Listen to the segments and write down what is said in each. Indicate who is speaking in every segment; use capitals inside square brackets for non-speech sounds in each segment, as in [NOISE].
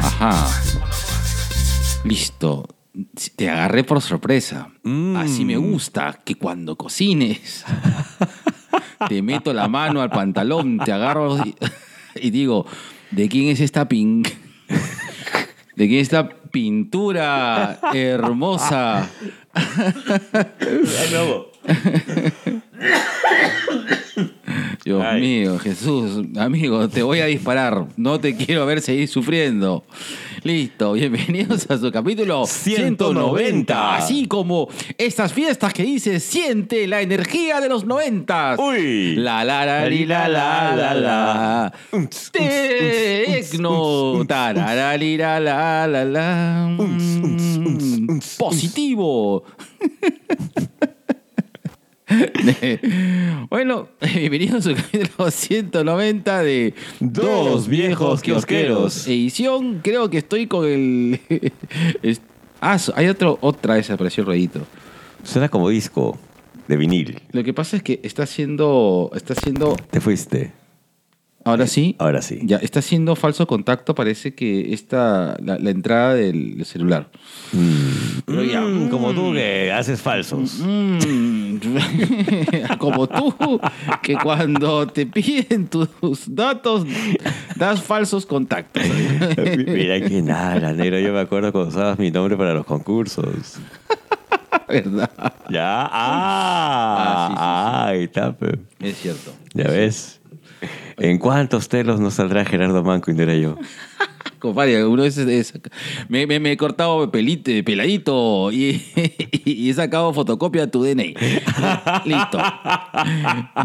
Speaker 1: Ajá. Listo. Te agarré por sorpresa.
Speaker 2: Mm.
Speaker 1: Así me gusta que cuando cocines te meto la mano al pantalón, te agarro y, y digo, ¿de quién es esta pin? ¿De quién es esta pintura hermosa? Dios
Speaker 2: Ay.
Speaker 1: mío, Jesús, amigo, te voy a disparar. No te quiero ver seguir sufriendo. Listo, bienvenidos a su capítulo
Speaker 2: 190.
Speaker 1: Así como estas fiestas que dice, siente la energía de los 90.
Speaker 2: Uy.
Speaker 1: La la la li, la la la la. Tecno. Tarara, li, la la la la. Positivo. [LAUGHS] bueno, bienvenidos a su capítulo 190 de
Speaker 2: Dos viejos kiosqueros.
Speaker 1: Edición, creo que estoy con el. [LAUGHS] es- ah, so- hay otro, otra vez apareció el ruedito.
Speaker 2: Suena como disco de vinil.
Speaker 1: Lo que pasa es que está haciendo. Está haciendo.
Speaker 2: Te fuiste.
Speaker 1: Ahora sí.
Speaker 2: Ahora sí.
Speaker 1: Ya, está haciendo falso contacto, parece que esta, la, la entrada del celular.
Speaker 2: Pero ya, Mm, como tú que haces falsos. [LAUGHS]
Speaker 1: Mm, [LAUGHS] Como tú, que cuando te piden tus datos, das falsos contactos. [LAUGHS]
Speaker 2: Mira que nada, negro. Yo me acuerdo cuando usabas mi nombre para los concursos.
Speaker 1: ¿Verdad?
Speaker 2: Ya. Ah.
Speaker 1: Ah,
Speaker 2: Ahí está, pe.
Speaker 1: Es cierto.
Speaker 2: Ya ves. ¿En cuántos telos nos saldrá Gerardo Manco y no era yo?
Speaker 1: Compadre, alguno de esos- de esos- me, me- me he cortado pelite, peladito y, [LAUGHS] y he sacado fotocopia de tu DNI.
Speaker 2: [LAUGHS]
Speaker 1: Listo.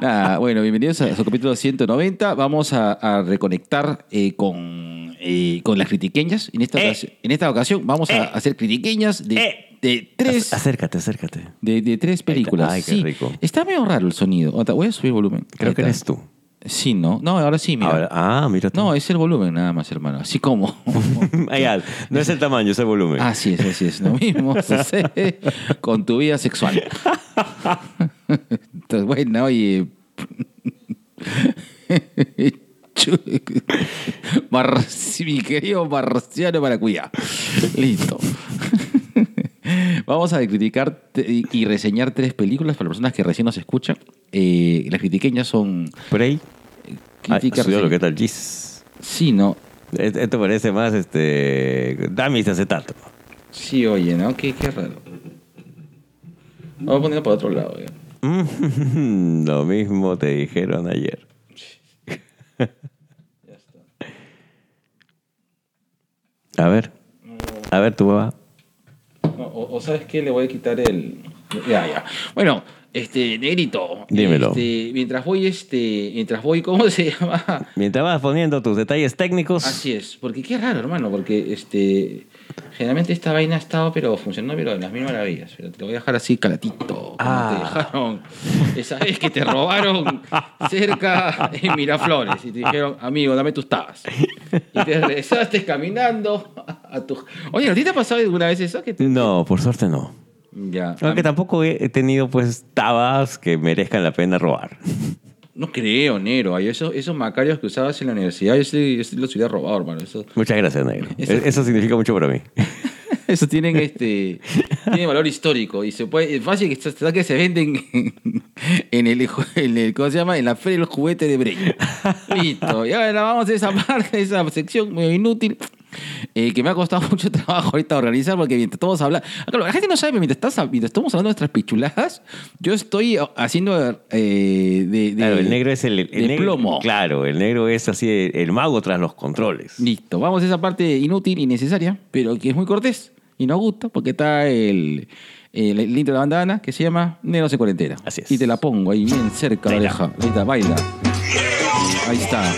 Speaker 1: Nada, bueno, bienvenidos a su capítulo 190. Vamos a, a reconectar eh, con, eh, con las critiqueñas. En esta,
Speaker 2: Eh.
Speaker 1: ocasión, en esta ocasión vamos a
Speaker 2: Eh.
Speaker 1: hacer critiqueñas de,
Speaker 2: Eh.
Speaker 1: de tres,
Speaker 2: Acércate, acércate.
Speaker 1: de, de tres películas.
Speaker 2: Ay, qué
Speaker 1: Sí.
Speaker 2: rico.
Speaker 1: Está medio raro el sonido. Ahorita Voy a subir volumen.
Speaker 2: Creo
Speaker 1: Ahí
Speaker 2: que
Speaker 1: está.
Speaker 2: eres tú.
Speaker 1: Sí, ¿no? No, ahora sí, mira.
Speaker 2: Ahora- ah, mira tú. [LAUGHS]
Speaker 1: No, es el volumen nada más, hermano. Así como...
Speaker 2: Ay, al- no es el tamaño, es el volumen.
Speaker 1: Así es, así es. [LAUGHS] Lo mismo sucede con tu vida sexual. Entonces, bueno, oye. [LAUGHS] Chu- Marci- eh, mi querido Marciano Maracuyá. Listo. Vamos a criticar te- y reseñar tres películas para las personas que recién nos escuchan. Eh, las critiqueñas son.
Speaker 2: Por ahí. Ay,
Speaker 1: crítica,
Speaker 2: subió lo que
Speaker 1: reseña.
Speaker 2: tal, Gis.
Speaker 1: Sí, no.
Speaker 2: Et- Esto parece más este. Damis de acetato. [LAUGHS]
Speaker 1: Sí, oye, ¿no? Qué, qué raro. Vamos a ponerlo para otro lado. ya.
Speaker 2: Mm, Lo mismo te dijeron ayer. [LAUGHS] A ver. A ver, tu papá.
Speaker 1: No, o, o sabes qué, le voy a quitar el... Ya, ya. Bueno, este, Negrito.
Speaker 2: Dímelo.
Speaker 1: este, mientras voy, este, mientras voy, ¿cómo se llama?
Speaker 2: Mientras vas poniendo tus detalles técnicos.
Speaker 1: Así es, porque qué raro, hermano, porque este, generalmente esta vaina ha estado, pero funcionó, pero en las mil maravillas. Pero te lo voy a dejar así calatito. como
Speaker 2: Ah.
Speaker 1: Te dejaron esa vez que te robaron cerca en Miraflores y te dijeron, amigo, dame tus tabas. Y te regresaste caminando a tu. Oye, ¿a ti te ha pasado alguna vez eso? Que te-
Speaker 2: No, por suerte no.
Speaker 1: Ya. a
Speaker 2: Aunque
Speaker 1: mí-
Speaker 2: tampoco he he tenido pues tabas que merezcan la pena robar.
Speaker 1: No creo, Nero. Ay, esos, esos macarios que usabas en la universidad, yo sí, yo sí los hubiera robado, hermano. Eso,
Speaker 2: Muchas gracias, negro.
Speaker 1: Eso-
Speaker 2: E- Eso significa mucho para mí.
Speaker 1: [LAUGHS] eso tienen este tiene valor histórico y se puede es fácil que se, que se venden [LAUGHS] en el, ju- en el- ¿cómo se llama? En la feria del juguete de Breña. Listo. Y ahora vamos a esa parte, esa sección medio inútil. eh, que me ha costado [LAUGHS] mucho trabajo ahorita organizar porque mientras estamos hablando, Ah, claro, la gente no sabe, pero mientras, estás- mientras estamos hablando de nuestras pichuladas, yo estoy haciendo eh, de, de-
Speaker 2: Claro, el negro es el, el
Speaker 1: de
Speaker 2: negro-
Speaker 1: plomo.
Speaker 2: Claro, el negro es así el, el mago tras los controles.
Speaker 1: Listo, vamos a esa parte inútil y necesaria, pero que es muy cortés y nos gusta porque está el, el, el intro de la bandana que se llama Neros en cuarentena.
Speaker 2: Así es.
Speaker 1: Y te la pongo ahí bien cerca de la
Speaker 2: Baila.
Speaker 1: oreja. Ahí está, baila. Ahí está.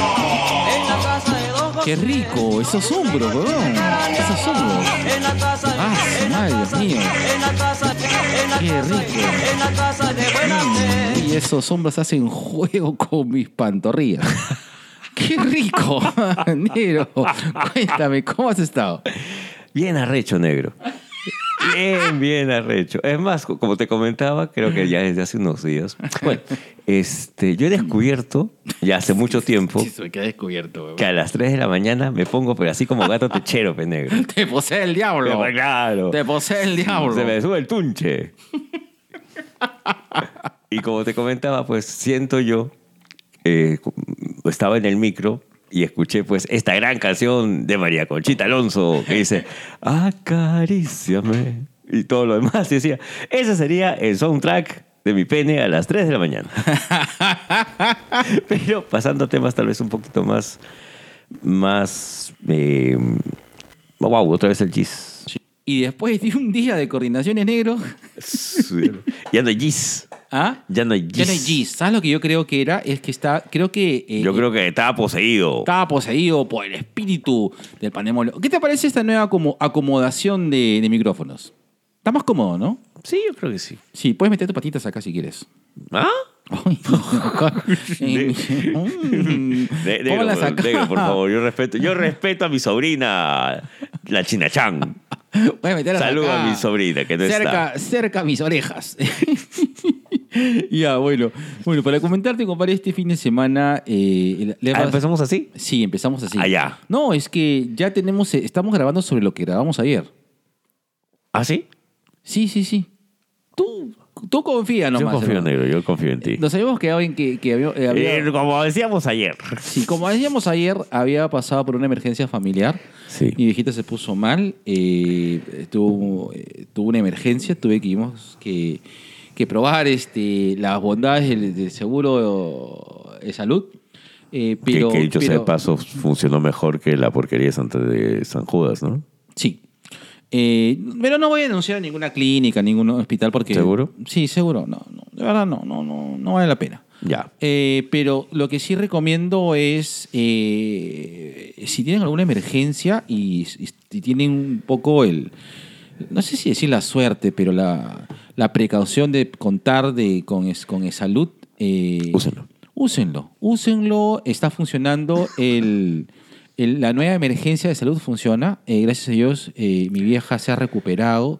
Speaker 3: En la casa de dos
Speaker 1: ¡Qué rico! Esos hombros, weón. Esos hombros.
Speaker 3: En la casa de
Speaker 1: ¡Ah, su madre, Dios mío!
Speaker 3: en la casa en la
Speaker 1: ¡Qué rico!
Speaker 3: en la casa de buena fe.
Speaker 1: Mm, Y esos hombros hacen juego con mis pantorrillas. [LAUGHS] ¡Qué rico! [LAUGHS] Nero, cuéntame, ¿cómo has estado?
Speaker 2: Bien arrecho, negro. Bien, bien arrecho. Es más, co- como te comentaba, creo que ya desde hace unos días. Bueno, este, yo he descubierto, ya hace mucho tiempo,
Speaker 1: Sí, se queda descubierto, weón.
Speaker 2: que a las 3 de la mañana me pongo, pero así como gato techero, penegro.
Speaker 1: Te posee el diablo.
Speaker 2: Claro.
Speaker 1: Te posee el diablo.
Speaker 2: Se me sube el tunche. y como te comentaba, pues siento yo, eh, cu- estaba en el micro y escuché pues esta gran canción de María Conchita Alonso que dice, acaríciame. Y todo lo demás. Y decía, ese sería el soundtrack de mi pene a las 3 de la mañana. Pero pasando a temas tal vez un poquito más... Más... eh, wow, otra vez el gis.
Speaker 1: Y después de un día de coordinaciones negro,
Speaker 2: [LAUGHS] ya no hay gis.
Speaker 1: ¿ah?
Speaker 2: Ya no hay gis.
Speaker 1: Ya no hay G's. ¿Sabes lo que yo creo que era? Es que está, creo que... eh,
Speaker 2: Yo creo que estaba poseído.
Speaker 1: Estaba poseído por el espíritu del pandemolio. ¿Qué te parece esta nueva como acomodación de, de micrófonos? Está más cómodo, ¿no?
Speaker 2: Sí, yo creo que sí.
Speaker 1: Sí, puedes meter tus patitas acá si quieres. [LAUGHS]
Speaker 2: ¿Ah?
Speaker 1: Ay, [LAUGHS] Mm.
Speaker 2: Ne- negro,
Speaker 1: Póngalas acá.
Speaker 2: negro, por favor, yo respeto,
Speaker 1: [LAUGHS]
Speaker 2: yo respeto a mi sobrina, la China Chan.
Speaker 1: Puedes meterlas
Speaker 2: Saluda
Speaker 1: acá.
Speaker 2: a mi sobrina, que no
Speaker 1: cerca, cerca a mis orejas. [LAUGHS] ya, bueno. Bueno, para comentarte, compadre, este fin de semana... eh, el- le
Speaker 2: está. Ah,
Speaker 1: vas-
Speaker 2: ¿Empezamos así?
Speaker 1: Sí, empezamos así.
Speaker 2: Ah, ya.
Speaker 1: No, es que ya tenemos... eh, Estamos grabando sobre lo que grabamos ayer.
Speaker 2: ¿Ah, sí?
Speaker 1: Sí, sí, sí. Tú, tú confía nomás.
Speaker 2: yo confío,
Speaker 1: hermano.
Speaker 2: negro, yo confío en ti.
Speaker 1: Nos habíamos quedado en que, que había... eh, había-
Speaker 2: Eh, como decíamos ayer.
Speaker 1: Sí, como decíamos ayer, había pasado por una emergencia familiar.
Speaker 2: Sí.
Speaker 1: Mi viejita se puso mal, eh, tuvo, eh, tuvo una emergencia, tuvimos que, que probar este, las bondades del, del seguro de salud. eh,
Speaker 2: Que-
Speaker 1: pero,
Speaker 2: que dicho sea
Speaker 1: pero-
Speaker 2: de paso, funcionó mejor que la porquería de, Santa, de San Judas, ¿no?
Speaker 1: Sí. Eh, pero no voy a denunciar a ninguna clínica, ningún hospital porque...
Speaker 2: ¿Seguro?
Speaker 1: Sí, seguro. No, no, de verdad no, no, no, no vale la pena.
Speaker 2: Ya. [LAUGHS]
Speaker 1: Eh, pero lo que sí recomiendo es, eh, si tienen alguna emergencia y, y- y tienen un poco el, no sé si decir la suerte, pero la, la precaución de contar de, con, es- con salud. eh,
Speaker 2: Úsenlo.
Speaker 1: Úsenlo, úsenlo, está funcionando el... el- la nueva emergencia de salud funciona. eh, gracias a Dios, eh, mi vieja se ha recuperado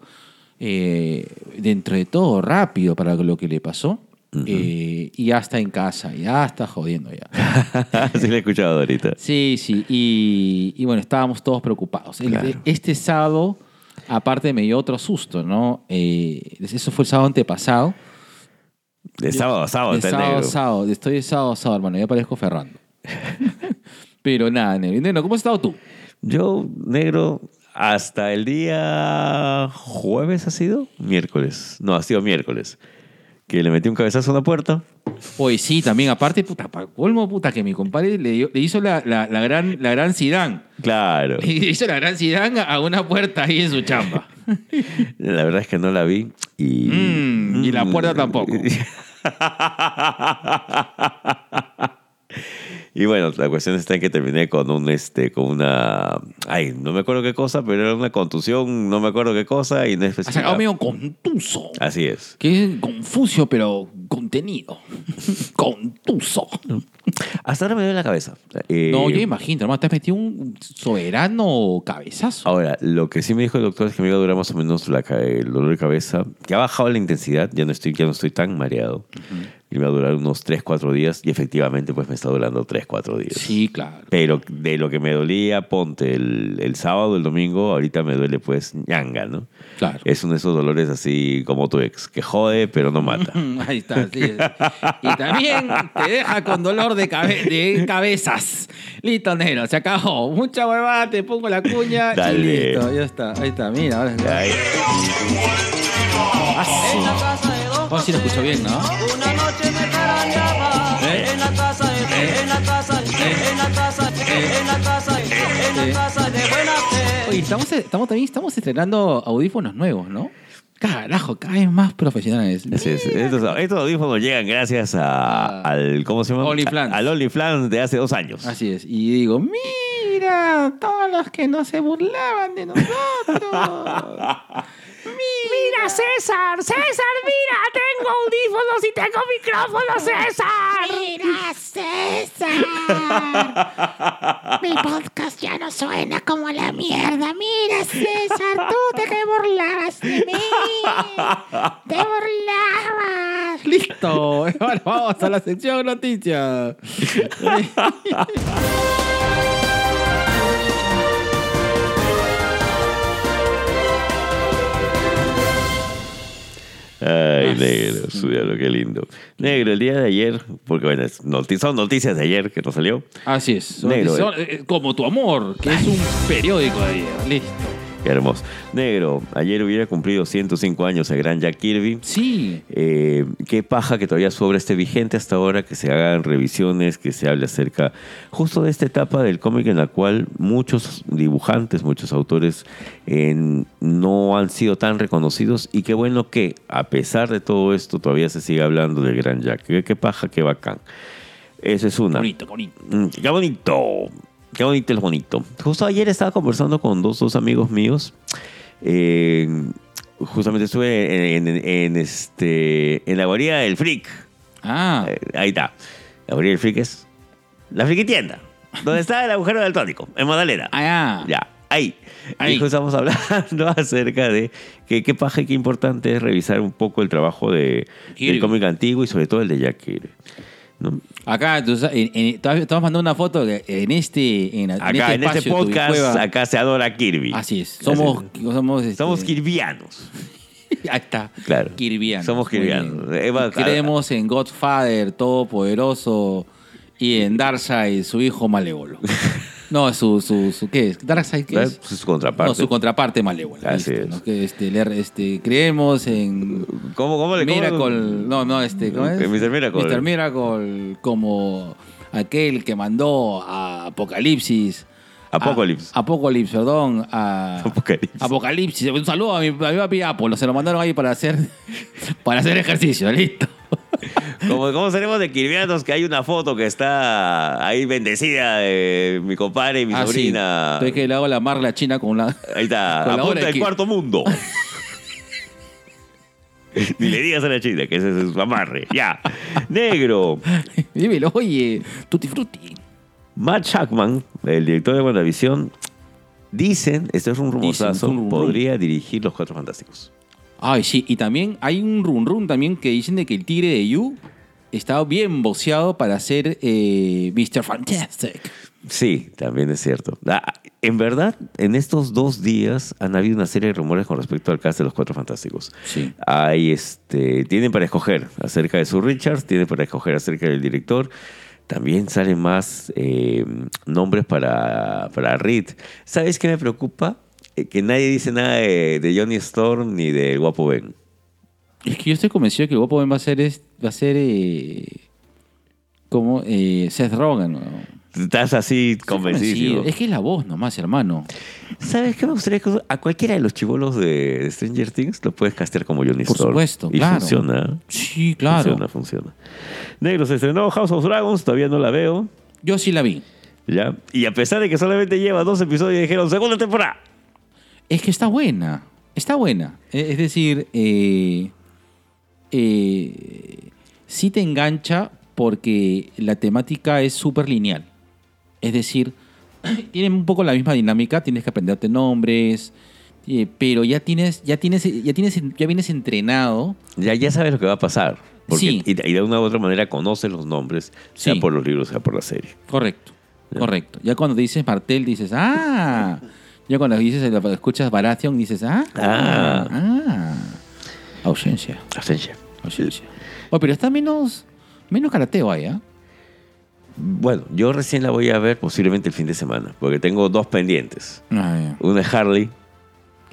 Speaker 1: eh, dentro de todo rápido para lo que le pasó. eh, y ya está en casa, ya está jodiendo ya.
Speaker 2: sí, la he escuchado ahorita.
Speaker 1: Sí, sí. Y, y bueno, estábamos todos preocupados. El-
Speaker 2: Claro.
Speaker 1: Este sábado, aparte me dio otro susto, ¿no? Eh, eso fue el sábado antepasado.
Speaker 2: De sábado a sábado,
Speaker 1: De
Speaker 2: está el
Speaker 1: sábado, a
Speaker 2: negro.
Speaker 1: sábado. Estoy de sábado, a sábado, hermano. Ya parezco Ferrando. [LAUGHS] Pero nada, Nero. Nero, ¿cómo has estado tú?
Speaker 2: Yo, negro, hasta el día jueves ha sido, miércoles, no, ha sido miércoles, que le metí un cabezazo a una puerta.
Speaker 1: Oye, Pues sí, también. Aparte, puta, para colmo, puta, que mi compadre le, dio- le hizo la, la, la gran la gran Zidane. [LAUGHS]
Speaker 2: Claro,
Speaker 1: Le hizo la gran Zidane a una puerta ahí en su chamba.
Speaker 2: [LAUGHS] la verdad es que no la vi y...
Speaker 1: Mm, y la puerta tampoco.
Speaker 2: Y bueno, la cuestión está en que terminé con un este, con una, ay, no me acuerdo qué cosa, pero era una contusión, no me acuerdo qué cosa y no
Speaker 1: Ha
Speaker 2: especificaba.
Speaker 1: sacado medio
Speaker 2: [LAUGHS]
Speaker 1: contuso.
Speaker 2: Así es.
Speaker 1: Que es confucio, pero contenido. contuso.
Speaker 2: Hasta ahora me duele la cabeza. Eh,
Speaker 1: No, yo imagino, hermano, te has metido un soberano cabezazo.
Speaker 2: Ahora, lo que sí me dijo el doctor es que me iba a durar más o menos la ca- el dolor de cabeza, que ha bajado la intensidad, ya no estoy, ya no estoy tan mareado. Y me va a durar unos 3, 4 días y efectivamente pues me está durando 3, 4 días.
Speaker 1: Sí, claro.
Speaker 2: Pero de lo que me dolía, ponte el, el sábado, el domingo, ahorita me duele pues ñanga, ¿no?
Speaker 1: Claro.
Speaker 2: Es uno de esos dolores así como tu ex, que jode pero no mata.
Speaker 1: Mm, [LAUGHS] Ahí está, sí. es. Y también te deja con dolor de, cabe- de cabezas. Listo, negro, se acabó. Mucha huevada, te pongo la cuña y
Speaker 2: Dale.
Speaker 1: listo. Ya está, ahí está, mira. Ahora
Speaker 2: Ay,
Speaker 3: En la casa de dos
Speaker 1: Oh, sí lo escucho bien, ¿no?
Speaker 3: José, Una noche me tarareaba.
Speaker 1: ¿Eh?
Speaker 3: En la casa de, en la casa, en la casa, en la casa, en
Speaker 1: ¿Eh?
Speaker 3: la casa de buena fe.
Speaker 1: Oye, estamos, e-, estamos también estamos estrenando audífonos nuevos, ¿no? Carajo, cada vez más profesionales.
Speaker 2: así [LAUGHS] es. Estos, estos audífonos llegan gracias a,
Speaker 1: Ah.
Speaker 2: al, ¿cómo se llama?
Speaker 1: OnlyFans.
Speaker 2: Al OnlyFans de hace dos años.
Speaker 1: Así es. Y digo, mira,
Speaker 2: [LAUGHS]
Speaker 1: todos los que no se burlaban de nosotros. Mira,
Speaker 4: Mira, César, César, mira, tengo audífonos y tengo micrófono, César.
Speaker 5: Mira, César. Mi podcast ya no suena como la mierda. Mira, César, tú te que burlabas de mí. Te burlabas.
Speaker 1: Listo. Ahora vamos a la sección noticias.
Speaker 2: Ay, negro, su diablo, qué lindo. Negro, el día de ayer, porque bueno, es noti- son noticias de ayer que nos salió.
Speaker 1: Así es.
Speaker 2: Negro,
Speaker 1: Son- eh, como tu amor, que es un periódico de día. Listo.
Speaker 2: Qué hermoso. Negro, ayer hubiera cumplido 105 años el gran Jack Kirby.
Speaker 1: Sí.
Speaker 2: Eh, qué paja que todavía sobra esté vigente hasta ahora, que se hagan revisiones, que se hable acerca justo de esta etapa del cómic en la cual muchos dibujantes, muchos autores eh, no han sido tan reconocidos y qué bueno que a pesar de todo esto todavía se sigue hablando del gran Jack. Qué, qué paja, qué bacán. Esa es una.
Speaker 1: Bonito, bonito.
Speaker 2: Mm, Qué bonito. Qué bonito es bonito. Justo ayer estaba conversando con dos, dos amigos míos. Eh, justamente estuve en, en- en este, en la guarida del Freak.
Speaker 1: Ah,
Speaker 2: Eh, ahí está. La guarida del Freak es la tienda Donde está el agujero del tónico, en Magdalena.
Speaker 1: ah, ya.
Speaker 2: Ya, ahí.
Speaker 1: Ahí.
Speaker 2: Dijo, estamos hablando [LAUGHS] acerca de que qué paja y qué importante es revisar un poco el trabajo de,
Speaker 1: Kirby.
Speaker 2: del cómic antiguo y sobre todo el de Jack Kirby. ¿no?
Speaker 1: Acá, tú sabes, en- en- te vas- te vas mandando una foto que en este, en,
Speaker 2: Acá en este,
Speaker 1: espacio, tu
Speaker 2: podcast,
Speaker 1: cueva.
Speaker 2: acá se adora Kirby.
Speaker 1: Así es. Somos, somos, este,
Speaker 2: Somos kirbianos.
Speaker 1: [LAUGHS] Ahí está.
Speaker 2: Claro.
Speaker 1: Kirbianos.
Speaker 2: Somos Eh,
Speaker 1: Muy bien.
Speaker 2: kirbianos. Eva-
Speaker 1: Y Creemos en Godfather Todopoderoso y en Darkseid, su hijo
Speaker 2: [LAUGHS]
Speaker 1: malévolo. no, su, su, su- ¿qué es? ¿Darkseid qué es?
Speaker 2: Su contraparte.
Speaker 1: No, su contraparte malévola.
Speaker 2: Así
Speaker 1: listo,
Speaker 2: es.
Speaker 1: ¿no? Que, este, le- este, creemos en
Speaker 2: ¿Cómo, cómo le cómo-
Speaker 1: Miracle.
Speaker 2: [LAUGHS]
Speaker 1: No, no, este, ¿cómo es?
Speaker 2: Eh, Mr. Miracle.
Speaker 1: Mr. Miracle como aquel que mandó a Apocalipsis. a-
Speaker 2: Apocalypse.
Speaker 1: Apocalypse, perdón. A,
Speaker 2: Apocalipsis.
Speaker 1: Apocalipsis. Un saludo a mi, a mi papi Apolo. Se lo mandaron ahí para hacer, [LAUGHS] para hacer ejercicio. Listo.
Speaker 2: ¿Cómo, cómo seremos de kirbianos que hay una foto que está ahí bendecida de mi compadre y mi
Speaker 1: Ah, sí.
Speaker 2: sobrina?
Speaker 1: Estoy que le hago la marla china con la... [LAUGHS]
Speaker 2: Ahí
Speaker 1: con la
Speaker 2: está,
Speaker 1: hora
Speaker 2: apunta
Speaker 1: de
Speaker 2: al
Speaker 1: Kir-
Speaker 2: cuarto
Speaker 1: [LAUGHS]
Speaker 2: mundo. Ni le digas a la china que ese es su amarre. Ya. Negro.
Speaker 1: Dímelo, oye, tutti frutti.
Speaker 2: Matt Shackman, el director de WandaVision, dicen, esto es un
Speaker 1: Dicen, es
Speaker 2: rumorazo,
Speaker 1: un rumrum.
Speaker 2: podría dirigir Los Cuatro Fantásticos.
Speaker 1: Ay, sí, y también hay un run run también que dicen de que el tigre de Yu está bien boceado para ser eh, Mr. Fantastic.
Speaker 2: Sí, también es cierto. Ah, En verdad, en estos dos días han habido una serie de rumores con respecto al cast de Los Cuatro Fantásticos.
Speaker 1: Sí.
Speaker 2: Hay este, tienen para escoger acerca de su Richards, tienen para escoger acerca del director. También salen más eh, nombres para, para Reed. ¿Sabes qué me preocupa? Eh, Que nadie dice nada de, de Johnny Storm ni de Guapo Ben.
Speaker 1: Es que yo estoy convencido de que el guapo Ben va a ser, es- va a ser eh, como eh, Seth Rogen. ¿no?
Speaker 2: Estás así
Speaker 1: Estoy
Speaker 2: convencido.
Speaker 1: Es que es la voz nomás, hermano.
Speaker 2: ¿Sabes qué me gustaría? que- A cualquiera de los chivolos de Stranger Things lo puedes castear como Johnny
Speaker 1: Por
Speaker 2: Storm.
Speaker 1: supuesto,
Speaker 2: y
Speaker 1: claro.
Speaker 2: funciona.
Speaker 1: Sí, claro.
Speaker 2: Funciona, funciona. Negro se estrenó House of Dragons, todavía no la veo.
Speaker 1: Yo sí la vi.
Speaker 2: ¿ya? Y a pesar de que solamente lleva dos episodios, dijeron segunda temporada.
Speaker 1: Es que está buena. Está buena. E- Es decir, eh, eh, sí te engancha porque la temática es súper lineal. Es decir, [CLEARS THROAT] tienen un poco la misma dinámica, tienes que aprenderte nombres, eh, pero ya tienes, ya tienes, ya tienes, ya vienes entrenado.
Speaker 2: Ya, ya sabes lo que va a pasar. Porque,
Speaker 1: Sí.
Speaker 2: y, y de una u otra manera conoces los nombres,
Speaker 1: Sí.
Speaker 2: sea por los libros, sea por la serie.
Speaker 1: Correcto, correcto. Ya cuando dices martel, dices, ah. Ya cuando dices, escuchas Baratheon, dices, ah,
Speaker 2: Ah.
Speaker 1: ah. Ausencia.
Speaker 2: Absentia.
Speaker 1: Ausencia. Oh, pero está menos, menos karateo ahí, ¿ah?
Speaker 2: Bueno, yo recién la voy a ver posiblemente el fin de semana, porque tengo dos pendientes.
Speaker 1: Ah,
Speaker 2: Una es Harley.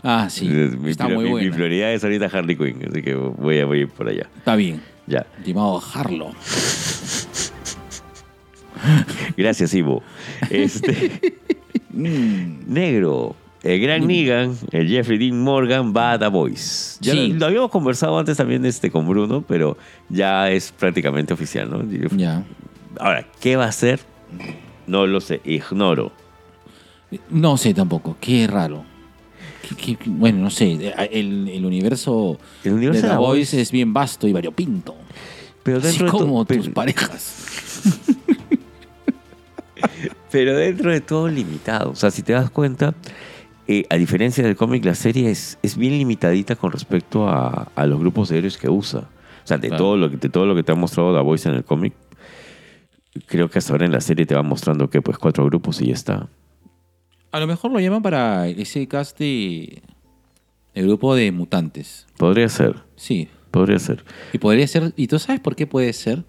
Speaker 1: ah, sí.
Speaker 2: mi,
Speaker 1: está
Speaker 2: pri-
Speaker 1: muy
Speaker 2: mi- mi
Speaker 1: buena.
Speaker 2: prioridad es ahorita Harley Quinn, así que voy a, voy a ir por allá.
Speaker 1: Está bien.
Speaker 2: Ya.
Speaker 1: Llamado Harlow.
Speaker 2: Gracias, Ivo.
Speaker 1: [LAUGHS]
Speaker 2: Este,
Speaker 1: Mm.
Speaker 2: negro. El gran Negan, el Jeffrey Dean Morgan va a The Voice. Ya
Speaker 1: Sí.
Speaker 2: lo, lo habíamos conversado antes también este, con Bruno, pero ya es prácticamente oficial, ¿no?
Speaker 1: Ya.
Speaker 2: Ahora, ¿qué va a hacer? No lo sé, ignoro.
Speaker 1: No sé tampoco. Qué raro. que- que- que- bueno, no sé, Eh, el, el universo,
Speaker 2: El universo
Speaker 1: de
Speaker 2: de
Speaker 1: The
Speaker 2: la
Speaker 1: Voice es bien vasto y variopinto.
Speaker 2: Pero
Speaker 1: Así
Speaker 2: dentro de to-
Speaker 1: como
Speaker 2: pe-
Speaker 1: tus parejas.
Speaker 2: Pero dentro de todo limitado. O sea, si te das cuenta, eh, a diferencia del cómic, la serie es, es bien limitadita con respecto a, a los grupos de héroes que usa. O sea, de,
Speaker 1: Claro.
Speaker 2: todo lo que, de todo lo que te ha mostrado The Voice en el cómic, creo que hasta ahora en la serie te va mostrando que pues cuatro grupos y ya está.
Speaker 1: A lo mejor lo llaman para ese cast de, el grupo de mutantes.
Speaker 2: Podría ser,
Speaker 1: Sí.
Speaker 2: podría ser.
Speaker 1: Y podría ser, y tú sabes por qué puede ser.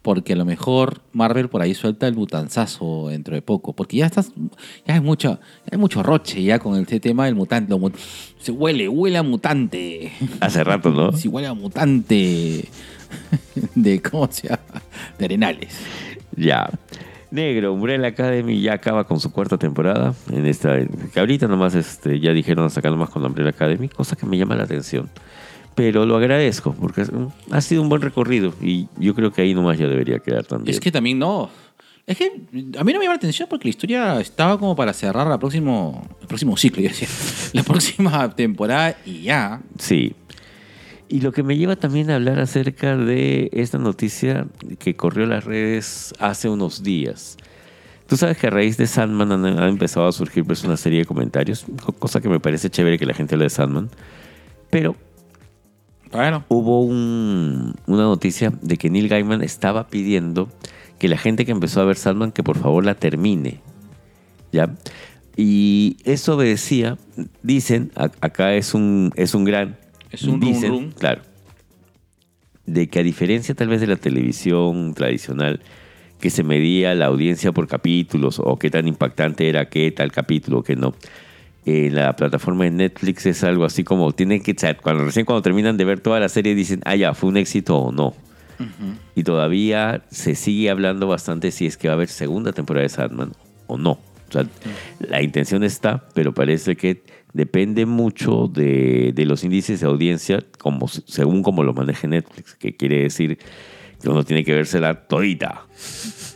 Speaker 1: Porque a lo mejor Marvel por ahí suelta el mutanzazo dentro de poco. Porque ya estás, ya hay mucho, ya hay mucho roche ya con este tema del mutante. Lo mut- se huele, huele a mutante. [LAUGHS]
Speaker 2: Hace rato, ¿no?
Speaker 1: Si huele a mutante [LAUGHS] de cómo se llama, de arenales.
Speaker 2: Ya. Negro, Umbrella Academy ya acaba con su cuarta temporada. En esta, que ahorita nomás este, ya dijeron hasta acá nomás con Umbrella Academy, cosa que me llama la atención. Pero lo agradezco porque es- ha sido un buen recorrido y yo creo que ahí nomás ya debería quedar también.
Speaker 1: Es que también no. Es que a mí no me llama la atención porque la historia estaba como para cerrar la próximo, el próximo ciclo, yo decía. [LAUGHS] La próxima temporada y ya.
Speaker 2: Sí. Y lo que me lleva también a hablar acerca de esta noticia que corrió las redes hace unos días. Tú sabes que a raíz de Sandman han, ha empezado a surgir pues, una serie de comentarios, co- cosa que me parece chévere que la gente hable de Sandman. Pero
Speaker 1: Bueno.
Speaker 2: hubo un- una noticia de que Neil Gaiman estaba pidiendo que la gente que empezó a ver Sandman que por favor la termine. ¿Ya? Y eso obedecía, dicen, a- acá es un, es un gran...
Speaker 1: Es un rum
Speaker 2: dicen,
Speaker 1: rum.
Speaker 2: Claro. De que a diferencia tal vez de la televisión tradicional, que se medía la audiencia por capítulos o qué tan impactante era qué tal capítulo o qué no. En eh, la plataforma de Netflix es algo así como tienen que chat. Cuando, recién cuando terminan de ver toda la serie dicen, ah, ya, fue un éxito o no. Y todavía se sigue hablando bastante si es que va a haber segunda temporada de Sandman o no. O sea, la intención está, pero parece que depende mucho de, de los índices de audiencia como, se- según como lo maneje Netflix, que quiere decir que uno tiene que vérsela todita.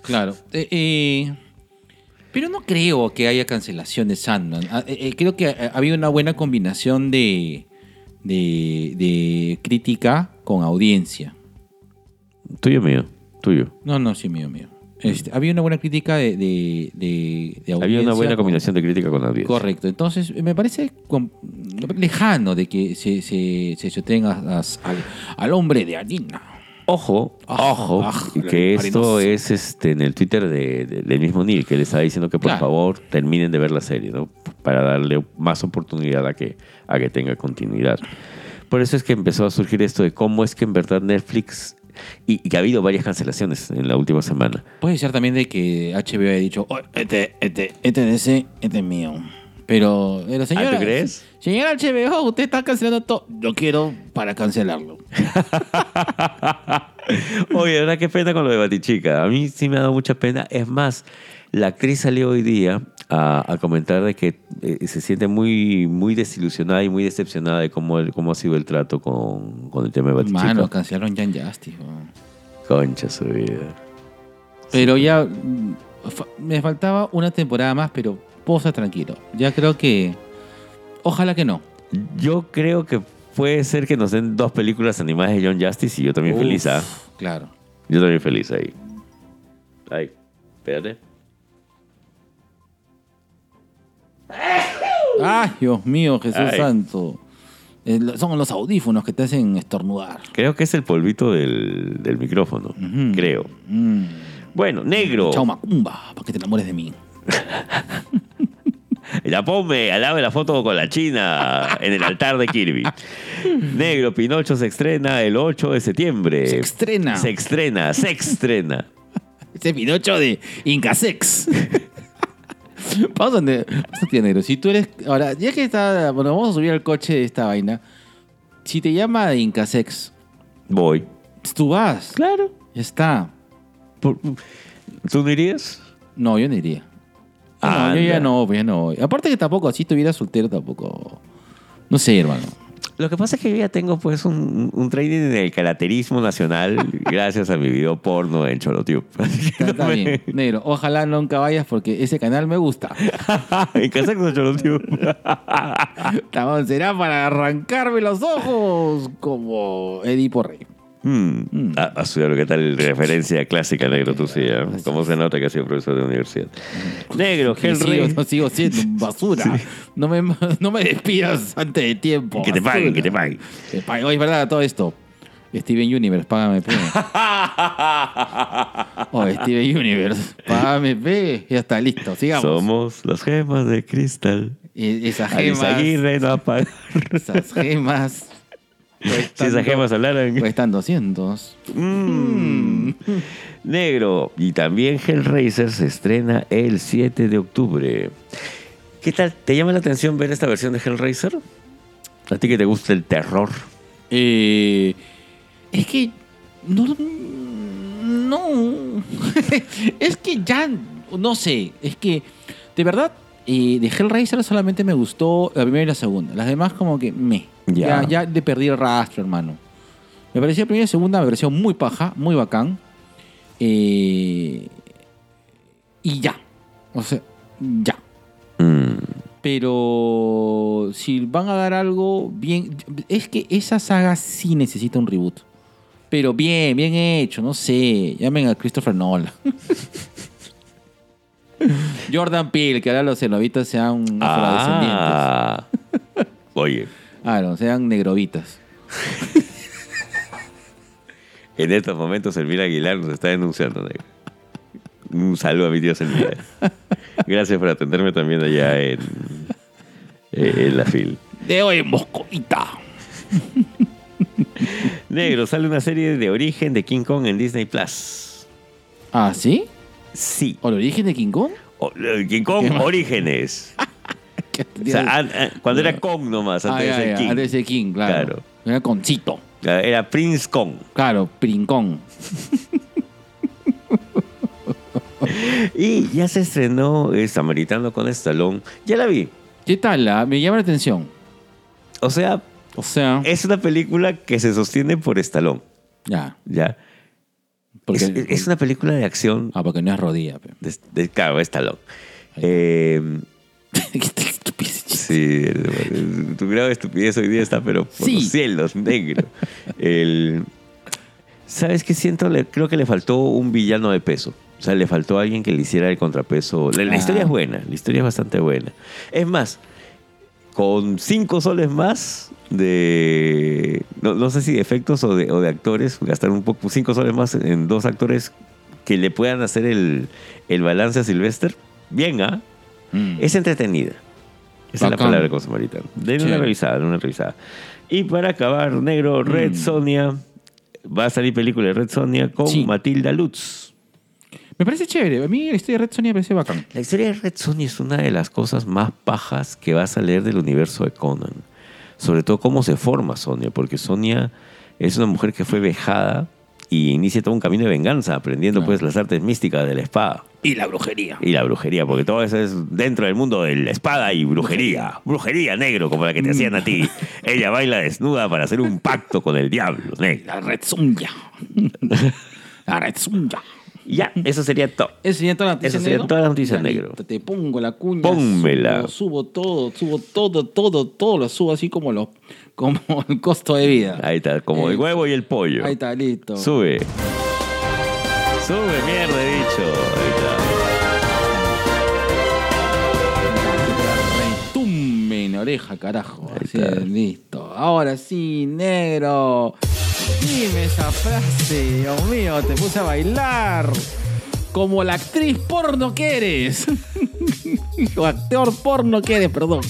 Speaker 1: Claro. Eh, eh, pero no creo que haya cancelación de Sandman. Ah, eh, eh, creo que ha- había una buena combinación de, de, de crítica con audiencia.
Speaker 2: Tuyo mío, tuyo.
Speaker 1: No, no, sí, mío, mío. Este, había una buena crítica de, de, de- de audiencia.
Speaker 2: Había una buena
Speaker 1: con-
Speaker 2: combinación de crítica con audiencia.
Speaker 1: Correcto. Entonces, eh, me parece com- lejano de que se, se, se choteen a- a- al, al hombre de harina.
Speaker 2: Ojo,
Speaker 1: Ah,
Speaker 2: ojo,
Speaker 1: ah,
Speaker 2: que esto
Speaker 1: arenoso.
Speaker 2: es este en el Twitter de, de- del mismo Neil, que le estaba diciendo que por
Speaker 1: Claro.
Speaker 2: favor terminen de ver la serie, ¿no? Para darle más oportunidad a que, a que tenga continuidad. Por eso es que empezó a surgir esto de cómo es que en verdad Netflix, y, y que ha habido varias cancelaciones en la última semana.
Speaker 1: Puede ser también de que HBO haya dicho, "Oh, este, este, este de ese, este es mío. Pero, pero señora,
Speaker 2: ¿Ah, ¿tú crees?
Speaker 1: Señora HBO, usted está cancelando todo. Yo quiero para cancelarlo.
Speaker 2: Pues, Oye, de verdad qué pena con lo de Batichica. A mí sí me ha dado mucha pena. Es más, la actriz salió hoy día a, a comentar de que eh, se siente muy, muy desilusionada y muy decepcionada de cómo, el- cómo ha sido el trato con, con el tema de Batichica.
Speaker 1: Mano, cancelaron Jan Justice. weón.
Speaker 2: Concha su vida.
Speaker 1: Pero
Speaker 2: pues.
Speaker 1: ya mm, fa- me faltaba una temporada más, pero posa tranquilo. Ya creo que. Ojalá que no.
Speaker 2: Yo creo que puede ser que nos den dos películas animadas de John Justice y yo también
Speaker 1: Uf,
Speaker 2: feliz, ¿ah?
Speaker 1: Claro.
Speaker 2: Yo también feliz ahí. Ahí, espérate.
Speaker 1: ¡Ay, Dios mío, Jesús
Speaker 2: Ay.
Speaker 1: Santo! Eh, lo- Son los audífonos que te hacen estornudar.
Speaker 2: Creo que es el polvito del, del micrófono.
Speaker 1: Ujú.
Speaker 2: Creo.
Speaker 1: Mm.
Speaker 2: Bueno, negro.
Speaker 1: Chao, Macumba, para que te enamores de mí.
Speaker 2: La ponme al lado de la foto con la China en el altar de Kirby. Negro Pinocho se estrena el 8 de septiembre.
Speaker 1: Se estrena.
Speaker 2: Eh, Se estrena, se estrena.
Speaker 1: Ese Pinocho de Incasex. vamos a tener, vamos a tener, negro. Si tú eres. Ahora, ya que está. Bueno, vamos a subir al coche de esta vaina. Si te llama de Incasex,
Speaker 2: Voy.
Speaker 1: tú vas.
Speaker 2: Claro.
Speaker 1: Ya está.
Speaker 2: ¿Tú no irías?
Speaker 1: No, yo no iría. Ah, No, yo pues
Speaker 2: Anda.
Speaker 1: ya no, voy, ya no voy. Aparte que tampoco, si estuviera soltero tampoco. No sé, hermano.
Speaker 2: Lo que pasa es que yo ya tengo pues un, un training en el calaterismo nacional gracias a mi video porno en Cholotube. [LAUGHS] Así que [LAUGHS]
Speaker 1: Está,
Speaker 2: no
Speaker 1: está
Speaker 2: me-
Speaker 1: bien, negro. Ojalá nunca vayas porque ese canal me gusta.
Speaker 2: [LAUGHS]
Speaker 1: [LAUGHS]
Speaker 2: en casaco de Cholotube.
Speaker 1: Tamón, será para arrancarme los ojos como Edipo Rey.
Speaker 2: [LAUGHS] Mm. Ah, has estudiado qué tal referencia clásica, negro, tú sí. Mm. ¿eh? ¿Cómo se nota que has sido profesor de universidad? Negro,
Speaker 1: Que
Speaker 2: Henry.
Speaker 1: sigo, sigo siendo basura. No, me, [LAUGHS] no me despidas antes de tiempo.
Speaker 2: Que te
Speaker 1: basura.
Speaker 2: paguen, que te paguen.
Speaker 1: Que paguen. Oye, es verdad, todo esto. Steven Universe,
Speaker 2: [LAUGHS]
Speaker 1: págame, pe. Oye, Steven Universe, págame, pe. Ya está, listo, sigamos.
Speaker 2: Somos las gemas de cristal.
Speaker 1: E- Esas
Speaker 2: Alex
Speaker 1: gemas.
Speaker 2: Aguirre no
Speaker 1: [LAUGHS]
Speaker 2: apaga.
Speaker 1: Esas gemas.
Speaker 2: Si [LAUGHS]
Speaker 1: cuestan
Speaker 2: esas gemas hablaran.
Speaker 1: do- Cuestan 200.
Speaker 2: Mm. Negro. Y también Hellraiser se estrena el 7 de octubre. ¿Qué tal? ¿Te llama la atención ver esta versión de Hellraiser? ¿A ti que te gusta el terror?
Speaker 1: Eh, es que. No. No. [LAUGHS] es que ya. No sé. Es que. De verdad. eh, de Hellraiser solamente me gustó la primera y la segunda. Las demás, como que me.
Speaker 2: Ya.
Speaker 1: Ya. ya. le perdí el rastro, hermano. Me pareció la primera y la segunda, me pareció muy paja, muy bacán. Eh, y ya. O sea, ya.
Speaker 2: Mm.
Speaker 1: Pero si van a dar algo bien. Es que esa saga sí necesita un reboot. Pero bien, bien hecho, no sé. Llamen a Christopher Nolan. [LAUGHS] Jordan Peele, que ahora los cenobitas sean afrodescendientes.
Speaker 2: Ah. Oye,
Speaker 1: Ah, no, sean negrovitas.
Speaker 2: en estos momentos Elvira Aguilar nos está denunciando, negro. Un saludo a mi tío Elvira. Gracias por atenderme también allá en, eh, en la fil.
Speaker 1: De hoy en Moscovita.
Speaker 2: Negro, sale una serie de origen de King Kong en Disney Plus.
Speaker 1: ¿Ah, sí?
Speaker 2: Sí.
Speaker 1: ¿O el origen de King Kong?
Speaker 2: O- eh, King Kong
Speaker 1: ¿Qué más?
Speaker 2: Orígenes. [LAUGHS] O sea, an- an- cuando era Kong nomás,
Speaker 1: Ah,
Speaker 2: antes
Speaker 1: ya,
Speaker 2: de
Speaker 1: ya,
Speaker 2: ser King.
Speaker 1: antes de King, claro.
Speaker 2: Claro.
Speaker 1: Era Concito.
Speaker 2: Claro, Era Prince Kong.
Speaker 1: Claro, Princón.
Speaker 2: Y ya se estrenó eh, Samaritano con Stallone. Ya la vi.
Speaker 1: ¿Qué tal? ah? Me llama la atención.
Speaker 2: O sea,
Speaker 1: O sea,
Speaker 2: es una película que se sostiene por Stallone.
Speaker 1: ya.
Speaker 2: ¿ya?
Speaker 1: Porque,
Speaker 2: es, es una película de acción
Speaker 1: Ah, porque no es rodilla. pe. [LAUGHS]
Speaker 2: de, de- claro, Stallone. Eh, Sí, el- tu grado de estupidez hoy día está, pero por
Speaker 1: Sí.
Speaker 2: los cielos, negro. El, ¿Sabes qué siento? Le- creo que le faltó un villano de peso. O sea, le faltó alguien que le hiciera el contrapeso. La, la
Speaker 1: Ah.
Speaker 2: historia es buena, la historia es bastante buena. Es más, con cinco soles más de. No, no sé si de efectos o de, o de actores, gastar un poco, cinco soles más en dos actores que le puedan hacer el, el balance a Sylvester. Bien, ¿ah?
Speaker 1: Mm.
Speaker 2: Es entretenida. Esa es la
Speaker 1: Bacán.
Speaker 2: palabra con Samaritano. Denle una
Speaker 1: Chévere.
Speaker 2: revisada, denle una revisada. Y para acabar, negro,
Speaker 1: Mm.
Speaker 2: Red Sonia. Va a salir película de Red Sonia con
Speaker 1: Sí.
Speaker 2: Matilda Lutz.
Speaker 1: Me parece chévere. A mí la historia de Red Sony me parece bacán.
Speaker 2: La historia de Red Sonia es una de las cosas más pajas que vas a leer del universo de Conan. Sobre todo cómo se forma Sonia, porque Sonia es una mujer que fue vejada y inicia todo un camino de venganza, aprendiendo pues las artes místicas de la espada.
Speaker 1: Y la brujería.
Speaker 2: Y la brujería, porque todo eso es dentro del mundo de la espada y brujería. Brujería negro, como la que te hacían a ti.
Speaker 1: Mm.
Speaker 2: Ella baila desnuda para hacer un pacto con el diablo negro.
Speaker 1: La Red Sonja. [LAUGHS] la Red Sonja.
Speaker 2: Y Ya, eso sería todo.
Speaker 1: Eso sería toda la noticia
Speaker 2: Eso sería
Speaker 1: negro.
Speaker 2: toda la noticia
Speaker 1: Ya,
Speaker 2: negro.
Speaker 1: listo, Te pongo la cuña.
Speaker 2: Pónmela.
Speaker 1: Subo, subo todo, subo todo, todo, todo. Lo subo así como, lo, como [LAUGHS] el costo de vida.
Speaker 2: Ahí está, como el huevo y el pollo.
Speaker 1: Ahí está, listo.
Speaker 2: Sube. Sube, mierda, he dicho. Ahí
Speaker 1: Tumbe en la oreja, carajo. Así es, listo. Ahora sí, negro. Dime esa frase, Dios mío, te puse a bailar. Como la actriz porno que eres. [LAUGHS] o actor porno que eres, perdón.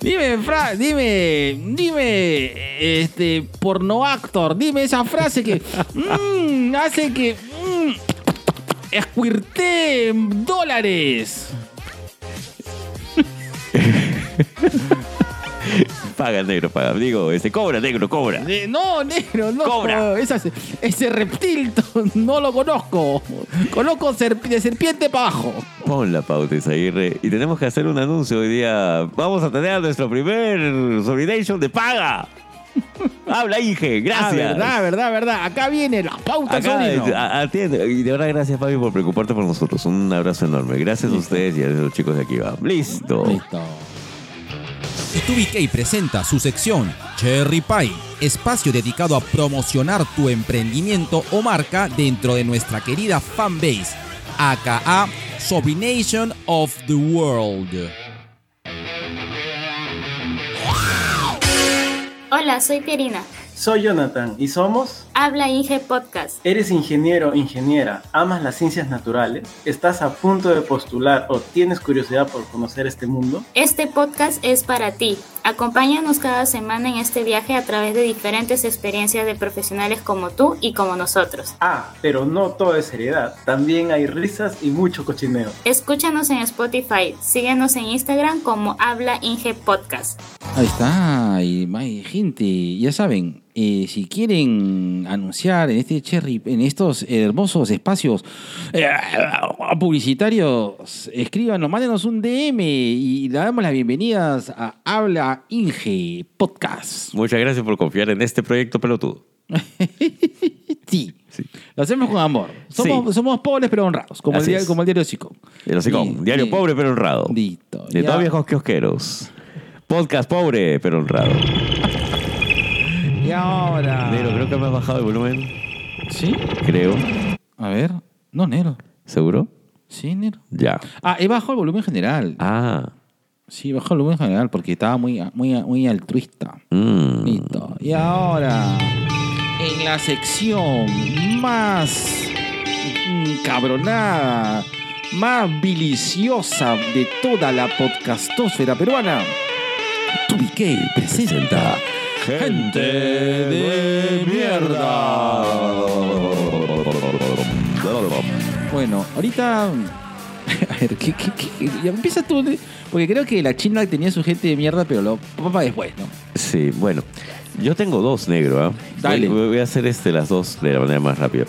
Speaker 1: Dime, fra dime, dime, este, porno actor, dime esa frase que mm, hace que mm, escuirtee dólares.
Speaker 2: está. Paga, negro, paga. Digo, este, cobra, negro, cobra.
Speaker 1: Eh, no, negro, no.
Speaker 2: Cobra.
Speaker 1: Esas- ese reptil [LAUGHS] no lo conozco. Conozco serp- de serpiente para abajo. Ah,
Speaker 2: Pon la pauta, Isaguirre. Y tenemos que hacer un anuncio hoy día. Vamos a tener nuestro primer Solidation de
Speaker 1: [LAUGHS]
Speaker 2: paga. Habla, Inge. Gracias.
Speaker 1: Ah, verdad, verdad, verdad. Acá viene la pauta,
Speaker 2: Acá, eh, ah.
Speaker 1: Solino.
Speaker 2: a- atiende. Y de verdad, gracias, Fabi, por preocuparte por nosotros. Un abrazo enorme. Gracias a ustedes y a los chicos de aquí. Va. Listo.
Speaker 1: Listo.
Speaker 6: B2BK presenta su sección Cherry Pie, espacio dedicado a promocionar tu emprendimiento o marca dentro de nuestra querida fanbase, aka Sobination of the World.
Speaker 7: Hola, soy Pierina.
Speaker 8: Soy Jonathan y somos...
Speaker 7: Habla Inge Podcast.
Speaker 8: ¿Eres ingeniero, ingeniera, amas las ciencias naturales? ¿Estás a punto de postular o tienes curiosidad por conocer este mundo?
Speaker 7: Este podcast es para ti. Acompáñanos cada semana en este viaje a través de diferentes experiencias de profesionales como tú y como nosotros.
Speaker 8: Ah, pero no todo es seriedad. También hay risas y mucho cochineo.
Speaker 7: Escúchanos en Spotify, síguenos en Instagram como Habla Inge Podcast.
Speaker 1: Ahí está, y my gente, ya saben, eh, si quieren anunciar en este cherry, en estos hermosos espacios eh, publicitarios, escríbanos, mándenos un DM y le damos las bienvenidas a Habla Inge Podcast.
Speaker 2: Muchas gracias por confiar en este proyecto pelotudo.
Speaker 1: Sí,
Speaker 2: Sí.
Speaker 1: lo hacemos con amor. Somos,
Speaker 2: Sí.
Speaker 1: somos pobres pero honrados, como, el,
Speaker 2: Así
Speaker 1: dia-
Speaker 2: es.
Speaker 1: como el diario Chico.
Speaker 2: El hocicón.
Speaker 1: Bien,
Speaker 2: Diario
Speaker 1: bien.
Speaker 2: pobre pero honrado.
Speaker 1: Listo,
Speaker 2: De
Speaker 1: ya.
Speaker 2: todos viejos kiosqueros. Podcast pobre pero honrado.
Speaker 1: Y ahora...
Speaker 2: Negro, creo que me has bajado el volumen.
Speaker 1: ¿Sí?
Speaker 2: Creo.
Speaker 1: A ver, no, negro.
Speaker 2: ¿Seguro?
Speaker 1: Sí, negro.
Speaker 2: Ya.
Speaker 1: Ah, he bajado el volumen general.
Speaker 2: Ah.
Speaker 1: Sí, bajó el volumen general porque estaba muy, muy, muy altruista.
Speaker 2: Mm.
Speaker 1: Listo. Y ahora, en la sección más mm, cabronada, más viliciosa de toda la podcastósfera peruana, Tubique presenta Gente de Mierda. Bueno, ahorita. [LAUGHS] A ver, ¿qué, qué, qué? Ya empieza tú. ¿eh? Porque creo que la China tenía su gente de mierda, pero lo papá después, ¿no?
Speaker 2: Sí, bueno. Yo tengo dos, negro, ¿ah?
Speaker 1: Dale.
Speaker 2: Voy, voy a hacer este, las dos de la manera más rápida.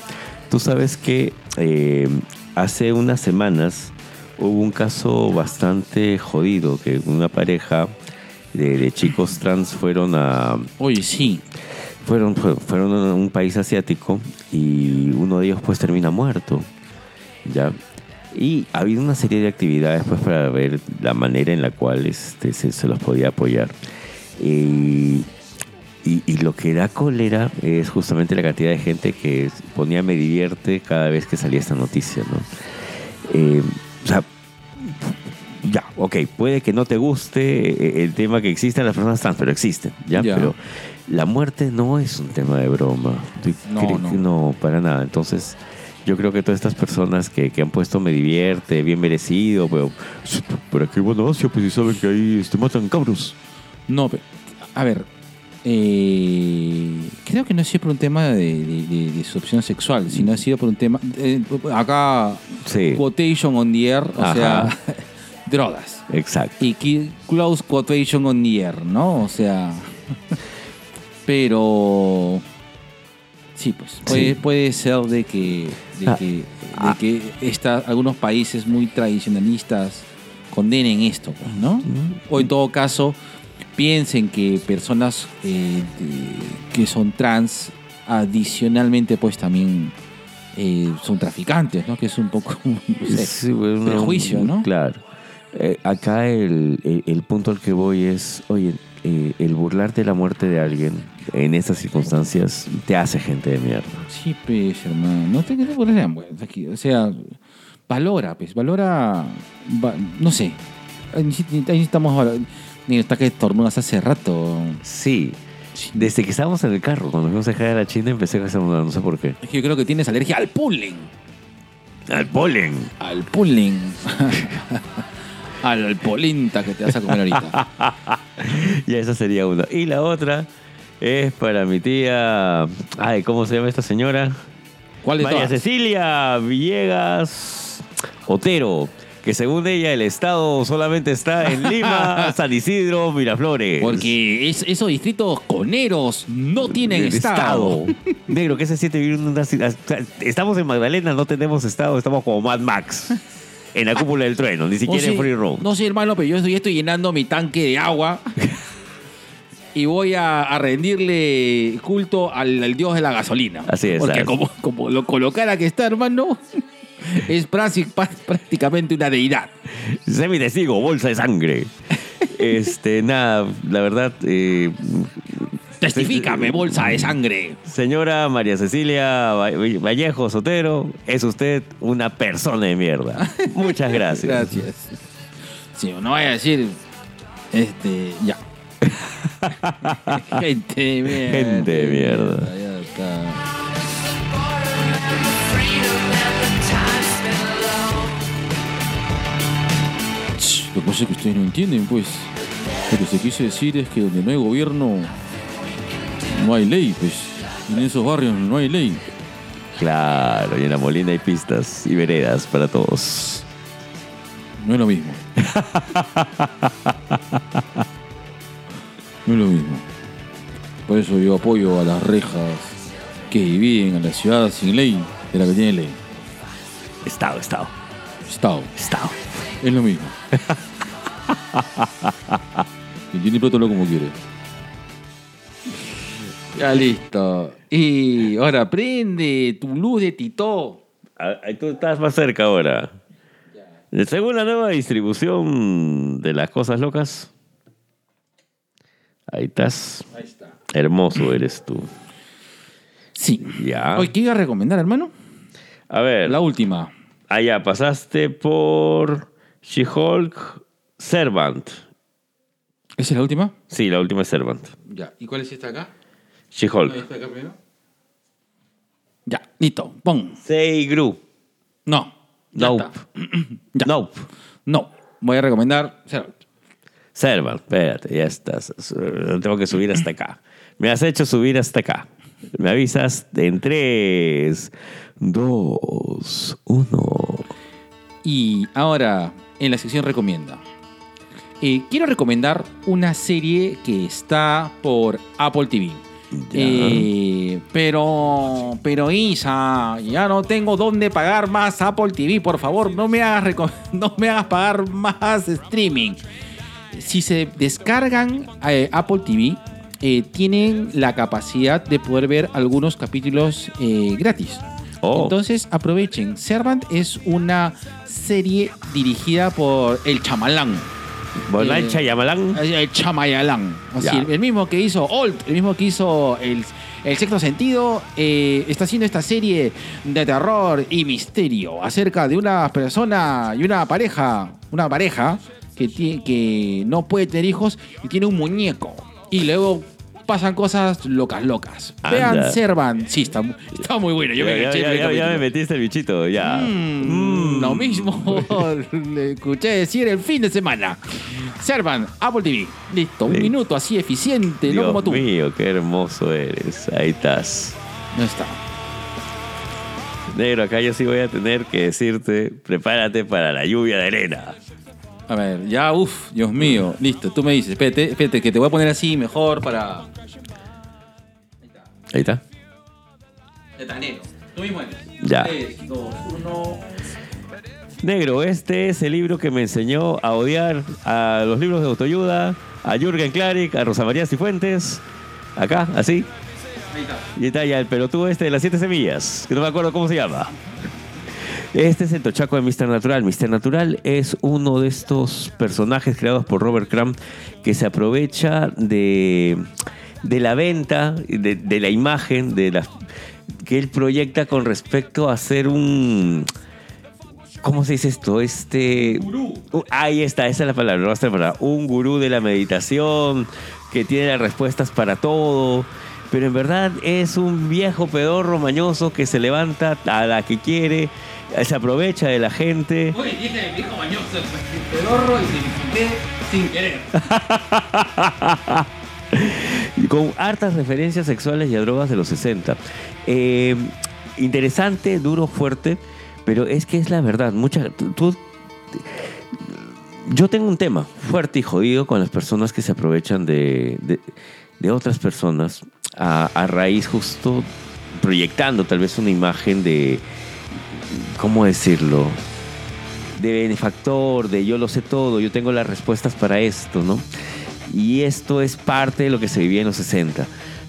Speaker 2: Tú sabes que eh, hace unas semanas hubo un caso bastante jodido que una pareja de, de chicos trans fueron a,
Speaker 1: Oye, sí.
Speaker 2: fueron, fue- fueron a un país asiático y uno de ellos pues termina muerto. ¿ya? Y ha habido una serie de actividades pues para ver la manera en la cual este, se, se los podía apoyar. Eh, y, y lo que da cólera es justamente la cantidad de gente que ponía me divierte cada vez que salía esta noticia. ¿no? Eh, o sea, ya, ok, puede que no te guste eh, el tema que existen las personas trans, pero existen, ¿ya?
Speaker 1: Ya.
Speaker 2: Pero la muerte no es un tema de broma. Yo
Speaker 1: No,
Speaker 2: creo
Speaker 1: no.
Speaker 2: que no, para nada. Entonces, yo creo que todas estas personas que, que han puesto me divierte, bien merecido, pero, pero qué buen negocio, pues si saben que ahí este, matan cabros.
Speaker 1: No, pero, a ver. eh, creo que no ha sido por un tema de, de- de- de su opción sexual, sino ha sido por un tema. eh, acá,
Speaker 2: Sí,
Speaker 1: quotation on the air, o
Speaker 2: Ajá.
Speaker 1: sea, [LAUGHS] drogas.
Speaker 2: exacto.
Speaker 1: Y ki- close quotation on the air, ¿no? O sea. [LAUGHS] pero. Sí, pues. Puede,
Speaker 2: Sí.
Speaker 1: puede ser de que. De
Speaker 2: Ah,
Speaker 1: que, de
Speaker 2: ah.
Speaker 1: que esta- algunos países muy tradicionalistas condenen esto, pues, ¿no? O en todo caso, piensen que personas eh, de- que son trans, adicionalmente, pues también eh, son traficantes, ¿no? Que es un poco. [LAUGHS] no sé,
Speaker 2: Sí, bueno, no,
Speaker 1: pues, eh, prejuicio, ¿no?
Speaker 2: Claro. Eh, acá el, el- el punto al que voy es, oye, eh, el burlarte de la muerte de alguien en estas circunstancias te hace gente de mierda.
Speaker 1: Sí, pues, hermano. No te, no te pones de hamburguesas aquí. O sea, valora, pues. Valora. va- no sé. Ahí necesitamos. valo- Ni está que estornudas hace rato.
Speaker 2: Sí, desde que estábamos en el carro, cuando fuimos a dejar a la China, empecé a estornudar, no sé por qué.
Speaker 1: Es que yo creo que tienes alergia al polen.
Speaker 2: ¡Al polen!
Speaker 1: Al polen. [LAUGHS] al polenta que te vas a comer ahorita.
Speaker 2: Ya esa sería una. Y la otra es para mi tía... Ay, ¿cómo se llama esta señora?
Speaker 1: ¿Cuál de
Speaker 2: María
Speaker 1: todas?
Speaker 2: Cecilia Villegas Otero, que según ella el Estado solamente está en Lima, San Isidro, Miraflores.
Speaker 1: Porque es- esos distritos coneros no tienen
Speaker 2: Del
Speaker 1: estado.
Speaker 2: Negro, ¿qué se siente vivir en una ciudad? O sea, Estamos en Magdalena, no tenemos Estado, estamos como Mad Max. En la cúpula del trueno, ni siquiera en
Speaker 1: sí,
Speaker 2: Free Road.
Speaker 1: no, sí, hermano, pero yo estoy, estoy llenando mi tanque
Speaker 2: [LAUGHS]
Speaker 1: de agua y voy a, a rendirle culto al, al dios de la gasolina.
Speaker 2: Así es,
Speaker 1: Porque
Speaker 2: ¿sabes?
Speaker 1: como, como lo colocara que está, hermano, es prácti- pa- prácticamente una deidad.
Speaker 2: Semi testigo, bolsa de sangre. Este, nada, la verdad, eh,
Speaker 1: Testifícame, bolsa de sangre.
Speaker 2: señora María Cecilia Va- Vallejo Sotero, es usted una persona de mierda. Muchas gracias.
Speaker 1: Gracias. Sí, no vaya a decir. Este,
Speaker 2: [LAUGHS]
Speaker 1: ya. Gente de mierda.
Speaker 2: Gente de mierda.
Speaker 1: Ya está. Ch, Lo que pasa es que ustedes no entienden, pues. Lo que se quiso decir es que donde no hay gobierno, no hay ley, pues. En esos barrios no hay ley.
Speaker 2: Claro, y en la Molina hay pistas y veredas para todos.
Speaker 1: No es lo mismo. No es lo mismo. Por eso yo apoyo a las rejas que dividen a la ciudad sin ley de la que tiene ley.
Speaker 2: Estado, Estado,
Speaker 1: Estado.
Speaker 2: Estado.
Speaker 1: Es lo mismo. y tiene plátalo como quiere. Ya listo. Y ahora prende tu luz de Tito.
Speaker 2: Ah, ah, Tú estás más cerca ahora. Eh, Según la nueva distribución de las cosas locas. Ahí estás.
Speaker 1: Ahí está.
Speaker 2: Hermoso eres tú.
Speaker 1: Sí.
Speaker 2: Ya.
Speaker 1: Oye, ¿qué iba a recomendar, hermano?
Speaker 2: A ver.
Speaker 1: La última.
Speaker 2: Allá pasaste por She-Hulk Servant.
Speaker 1: ¿Esa es la última?
Speaker 2: Sí, la última es Servant.
Speaker 1: Ya. ¿Y cuál es esta acá?
Speaker 2: She-Hulk.
Speaker 1: ¿Esta acá primero? Ya, listo. Pon.
Speaker 2: Say Gru.
Speaker 1: No. Ya
Speaker 2: Nope.
Speaker 1: está. [CLEARS THROAT] Ya.
Speaker 2: Nope.
Speaker 1: No. Voy a recomendar. cero.
Speaker 2: Servant. Espérate, ya estás. Su- Tengo que subir hasta acá. Me has hecho subir hasta acá. Me avisas en 3, 2, 1.
Speaker 1: Y ahora, en la sección recomienda. Eh, quiero recomendar una serie que está por Apple TV. Eh, pero, pero Isa, ya no tengo dónde pagar más Apple TV. Por favor, no me hagas, reco- [LAUGHS] no me hagas pagar más streaming. Si se descargan eh, Apple TV, eh, tienen la capacidad de poder ver algunos capítulos eh, gratis.
Speaker 2: Oh.
Speaker 1: Entonces aprovechen. Servant es una serie dirigida por el chamalán.
Speaker 2: Bolán
Speaker 1: Eh,
Speaker 2: Chayamalán.
Speaker 1: El chamayalán. Así,
Speaker 2: Ya.
Speaker 1: el, el mismo que hizo Old, el mismo que hizo El, el Sexto Sentido, eh, está haciendo esta serie de terror y misterio acerca de una persona y una pareja, una pareja que, tie- que no puede tener hijos y tiene un muñeco. Y luego pasan cosas locas, locas.
Speaker 2: Anda.
Speaker 1: Vean Servan. Sí, está, mu- está muy bueno. Yo
Speaker 2: ya,
Speaker 1: me
Speaker 2: ya,
Speaker 1: enganché en
Speaker 2: ya,
Speaker 1: el
Speaker 2: ya, ya
Speaker 1: capítulo.
Speaker 2: me metiste el bichito, ya.
Speaker 1: Mm,
Speaker 2: Mm.
Speaker 1: Lo mismo [LAUGHS] le escuché decir el fin de semana. Servan, Apple TV. Listo, un
Speaker 2: Sí.
Speaker 1: minuto así eficiente,
Speaker 2: Dios
Speaker 1: no como tú.
Speaker 2: mío, qué hermoso eres. Ahí estás.
Speaker 1: No está.
Speaker 2: Negro, acá yo sí voy a tener que decirte, prepárate para la lluvia de arena.
Speaker 1: A ver, ya, uff, Dios mío. Listo, tú me dices, espérate, espérate, que te voy a poner así mejor para.
Speaker 2: Ahí está.
Speaker 1: Tú mismo eres.
Speaker 2: Ya.
Speaker 1: Tres, dos, uno.
Speaker 2: Negro, este es el libro que me enseñó a odiar a los libros de autoayuda, a Jürgen Klarik, a Rosa María Cifuentes. Acá, así. Y está ya el pelotudo este de las siete semillas, que no me acuerdo cómo se llama. Este es el tochaco de Mr. Natural. Mr. Natural es uno de estos personajes creados por Robert Crumb que se aprovecha de, de la venta, de, de la imagen, de la, que él proyecta con respecto a ser un... ¿Cómo se dice esto? Este. Uh, Ahí está, esa es la palabra, no está la palabra. Un gurú de la meditación que tiene las respuestas para todo. Pero en verdad es un viejo pedorro mañoso que se levanta a la que quiere, eh, se aprovecha de la gente.
Speaker 1: Uy, dije, dijo bañoso, pedorro y te sin querer.
Speaker 2: y con hartas referencias sexuales y a drogas de los 60. Eh, interesante, duro, fuerte, pero es que es la verdad. Mucha, tú- tú- Yo tengo un tema fuerte y jodido con las personas que se aprovechan de, de- de otras personas a, a raíz justo proyectando tal vez una imagen de, ¿cómo decirlo? De benefactor, de yo lo sé todo, yo tengo las respuestas para esto, ¿no? Y esto es parte de lo que se vivía en los 60.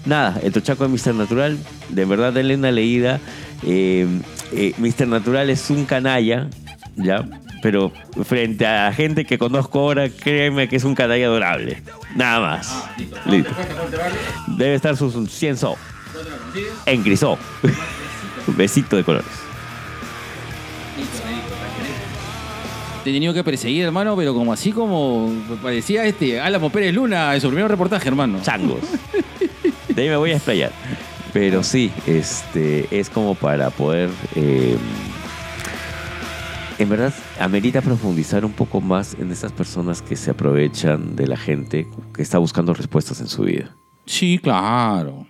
Speaker 2: Nada, el Tochaco de Mr. Natural, de verdad denle una leída. Eh, eh, Mr. Natural es un canalla, ¿ya? Pero frente a gente que conozco ahora, créeme que es un canalla adorable. Nada más. Listo. Debe estar sus 100 so. En grisó. [LAUGHS] Besito de colores.
Speaker 1: Te he tenido que perseguir, hermano, pero como así como parecía este Álamo Pérez Luna en su primer reportaje, hermano.
Speaker 2: changos. De ahí me voy a explayar. Pero sí, este, es como para poder. eh, en verdad, amerita profundizar un poco más en esas personas que se aprovechan de la gente que está buscando respuestas en su vida.
Speaker 1: Sí, claro.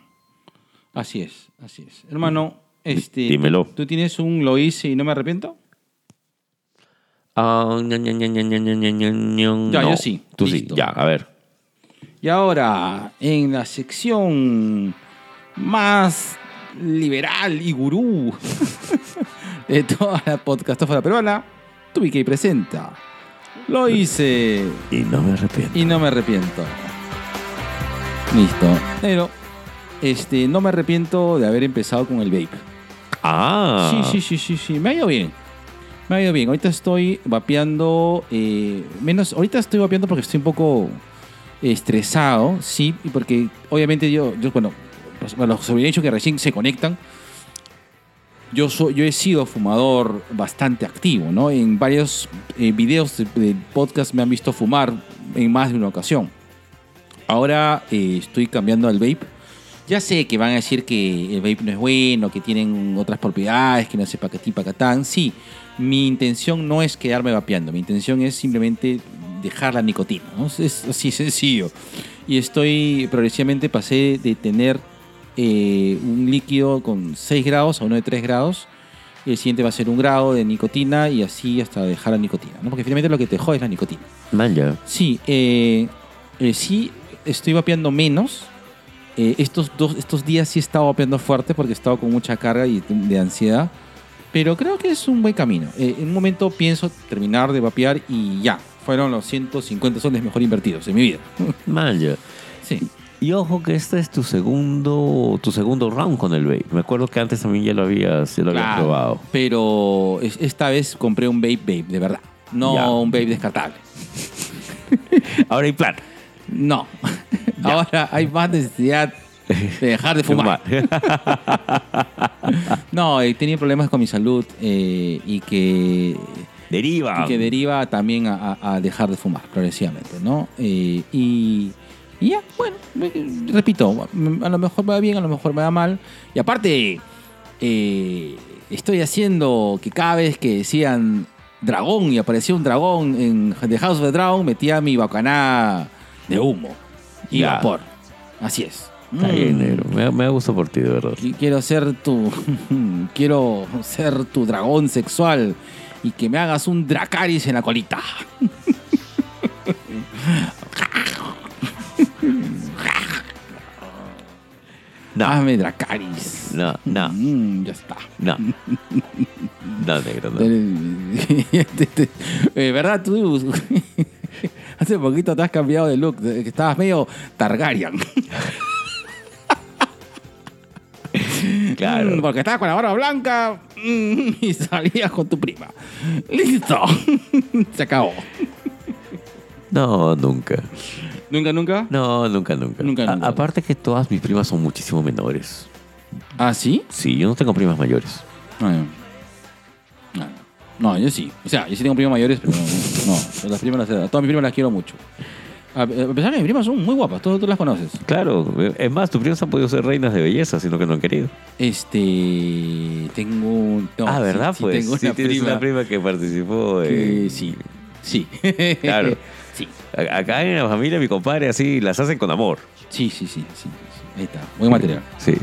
Speaker 1: Así es, así es. Hermano, este.
Speaker 2: dímelo.
Speaker 1: ¿Tú tienes un lo hice y no me arrepiento?
Speaker 2: Ah, ña, ña, ña, ña, ña, ña, ña, ña, ña.
Speaker 1: Ya,
Speaker 2: No,
Speaker 1: yo sí.
Speaker 2: Tú
Speaker 1: Listo.
Speaker 2: sí, ya, a ver.
Speaker 1: Y ahora, en la sección más liberal y gurú [LAUGHS] de toda la podcastófora peruana, que presenta. Lo hice
Speaker 2: Y no me arrepiento.
Speaker 1: y no me arrepiento. Listo. Pero, este, no me arrepiento de haber empezado con el vape.
Speaker 2: Ah.
Speaker 1: Sí, sí, sí, sí, sí. Me ha ido bien. Me ha ido bien. Ahorita estoy vapeando. eh, menos. Ahorita estoy vapeando porque estoy un poco estresado, sí. Y porque obviamente yo, yo bueno, pues, para los sobredichos que recién se conectan. Yo, soy, yo he sido fumador bastante activo, ¿no? En varios eh, videos de- del podcast me han visto fumar en más de una ocasión. Ahora eh, estoy cambiando al vape. Ya sé que van a decir que el vape no es bueno, que tienen otras propiedades, que no sé pacatín, pacatán. Sí, mi intención no es quedarme vapeando, mi intención es simplemente dejar la nicotina, ¿no? Es así de sencillo. Y estoy, progresivamente pasé de tener eh, un líquido con 6 grados a uno de 3 grados. Y el siguiente va a ser un grado de nicotina y así hasta dejar la nicotina, ¿no? Porque finalmente lo que te jode es la nicotina.
Speaker 2: Man, ya.
Speaker 1: Sí, eh, eh, sí estoy vapeando menos. Eh, estos, dos, estos días sí he estado vapeando fuerte porque he estado con mucha carga y de ansiedad. Pero creo que es un buen camino. Eh, en un momento pienso terminar de vapear y ya. Fueron los 150 soles mejor invertidos en mi vida.
Speaker 2: Man, ya.
Speaker 1: Sí.
Speaker 2: Y ojo que este es tu segundo, tu segundo round con el vape. Me acuerdo que antes también ya lo habías, ya lo habías
Speaker 1: Claro,
Speaker 2: probado.
Speaker 1: Pero es- esta vez compré un vape vape, de verdad. No
Speaker 2: Ya.
Speaker 1: un vape descartable.
Speaker 2: Ahora hay plan.
Speaker 1: No. [LAUGHS] Ahora hay más necesidad de
Speaker 2: [LAUGHS]
Speaker 1: dejar de fumar. [LAUGHS] No, he tenido problemas con mi salud eh, y que,
Speaker 2: Deriva.
Speaker 1: y que deriva también a, a- a dejar de fumar progresivamente, ¿no? Eh, y, y ya, bueno, me- repito, a lo mejor me va bien, a lo mejor me va mal. Y aparte, eh, estoy haciendo que cada vez que decían dragón y aparecía un dragón en The House of the Dragon, metía mi bacaná de humo y
Speaker 2: Ya.
Speaker 1: vapor. Así es.
Speaker 2: Está bien,
Speaker 1: Mm.
Speaker 2: negro. Me, me gusta por ti, de verdad.
Speaker 1: Qui- Quiero ser tu. [LAUGHS] quiero ser tu dragón sexual y que me hagas un dracaris en la colita.
Speaker 2: No,
Speaker 1: Hazme dracaris.
Speaker 2: no, no,
Speaker 1: Mm, ya está.
Speaker 2: no. No, negro, no.
Speaker 1: [LAUGHS] Eh, ¿Verdad? Tú [LAUGHS] hace poquito te has cambiado de look. de- que Estabas medio Targaryen. Mm,
Speaker 2: Claro.
Speaker 1: Porque estabas con la barba blanca mm, [LAUGHS] y salías con tu prima. Listo. [LAUGHS] Se acabó.
Speaker 2: No, nunca.
Speaker 1: ¿Nunca, nunca?
Speaker 2: No, nunca, nunca.
Speaker 1: Nunca,
Speaker 2: A-
Speaker 1: nunca.
Speaker 2: aparte que todas mis primas son muchísimo menores.
Speaker 1: ¿Ah, sí?
Speaker 2: Sí, yo no tengo primas mayores.
Speaker 1: Ah, ya. Ah, No, yo sí. O sea, yo sí tengo primas mayores, pero no. no, las primas las, a todas mis primas las quiero mucho. A a pesar de que mis primas son muy guapas, todas tú las conoces.
Speaker 2: Claro, eh, es más, tus primas han podido ser reinas de belleza, sino que no han querido.
Speaker 1: Este. Tengo. un- no,
Speaker 2: ah,
Speaker 1: sí,
Speaker 2: ¿verdad?
Speaker 1: sí,
Speaker 2: pues
Speaker 1: tengo
Speaker 2: sí,
Speaker 1: una
Speaker 2: tienes
Speaker 1: prima.
Speaker 2: una prima que participó
Speaker 1: que
Speaker 2: en-
Speaker 1: sí. Sí. [LAUGHS]
Speaker 2: Claro.
Speaker 1: Sí.
Speaker 2: A- Acá en la familia, mi compadre, así las hacen con amor.
Speaker 1: Sí, sí, sí. sí, sí. Ahí está. Buen material.
Speaker 2: [LAUGHS] Sí.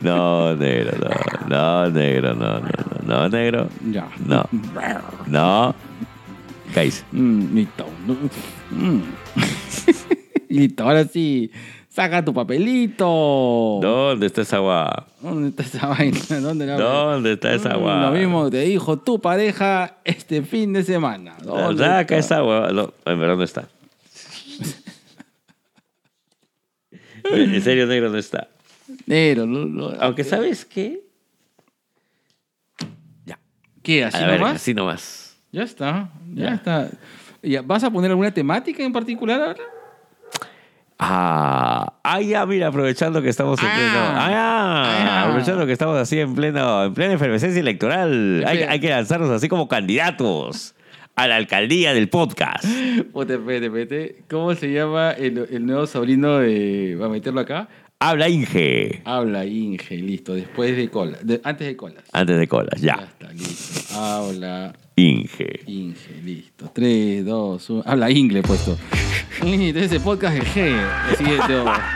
Speaker 2: No, negro, no. No, negro, no, no, no. no, negro.
Speaker 1: Ya.
Speaker 2: No. No. Guys.
Speaker 1: Mm, listo. Mm. [LAUGHS] listo, ahora sí. Saca tu papelito.
Speaker 2: ¿Dónde está esa agua?
Speaker 1: ¿Dónde está esa vaina? [LAUGHS] ¿Dónde la
Speaker 2: ¿Dónde está esa
Speaker 1: Mm,
Speaker 2: agua?
Speaker 1: Lo mismo te dijo tu pareja este fin de semana. ¿Dónde
Speaker 2: Saca
Speaker 1: está?
Speaker 2: esa agua. No, en verdad no
Speaker 1: [LAUGHS]
Speaker 2: está. En serio, negro, no está.
Speaker 1: Negro, lo- lo-
Speaker 2: Aunque, ¿sabes qué?
Speaker 1: ¿Qué? ¿Así
Speaker 2: A ver,
Speaker 1: nomás?
Speaker 2: así nomás.
Speaker 1: Ya está. Ya,
Speaker 2: Ya.
Speaker 1: está. Ya, ¿Vas a poner alguna temática en particular ahora?
Speaker 2: Ah, ah, ya, mira, aprovechando que estamos en
Speaker 1: Ah.
Speaker 2: pleno. Ah, ya,
Speaker 1: Ah.
Speaker 2: aprovechando que estamos así en pleno, en plena efervescencia electoral. Hay,
Speaker 1: plena.
Speaker 2: hay que lanzarnos así como candidatos a la alcaldía del podcast.
Speaker 1: Puta, espérate, espérate. ¿Cómo se llama el, el nuevo sobrino de. Va a meterlo acá?
Speaker 2: Habla Inge.
Speaker 1: Habla Inge, listo. Después de cola. de- antes de colas.
Speaker 2: Antes de colas, ya.
Speaker 1: está, listo. Habla
Speaker 2: Inge.
Speaker 1: Inge, listo. 3, 2, 1. Habla Ingle, puesto. Listo, ese podcast es G. El siguiente. vamos. [LAUGHS]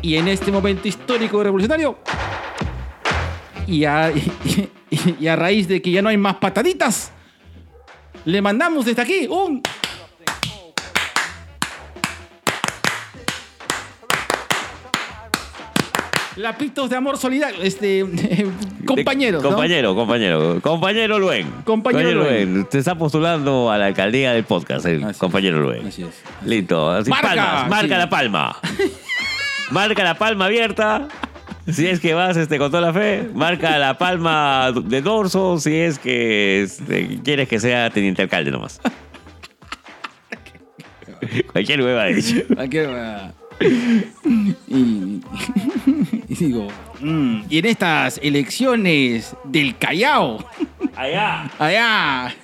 Speaker 1: Y en este momento histórico y revolucionario. Y a, [LAUGHS] y- y- y a raíz de que ya no hay más pataditas, le mandamos desde aquí un. Lapitos de amor solidario. Este. [LAUGHS] compañeros. ¿no?
Speaker 2: Compañero, compañero. Compañero Luen.
Speaker 1: Compañero Luen.
Speaker 2: Te está postulando a la alcaldía del podcast, el
Speaker 1: Así es.
Speaker 2: compañero Luen.
Speaker 1: Así es.
Speaker 2: Listo. Así,
Speaker 1: Marca,
Speaker 2: palmas. Marca
Speaker 1: sí.
Speaker 2: la palma.
Speaker 1: [LAUGHS]
Speaker 2: marca la palma abierta. Si es que vas este, con toda la fe, marca la palma de dorso. Si es que este, quieres que sea teniente alcalde nomás. Cualquier hueva de dicho.
Speaker 1: Cualquier huevada. ah, Y, [LAUGHS] y digo, mm, y en estas elecciones del Callao,
Speaker 2: Allá.
Speaker 1: allá,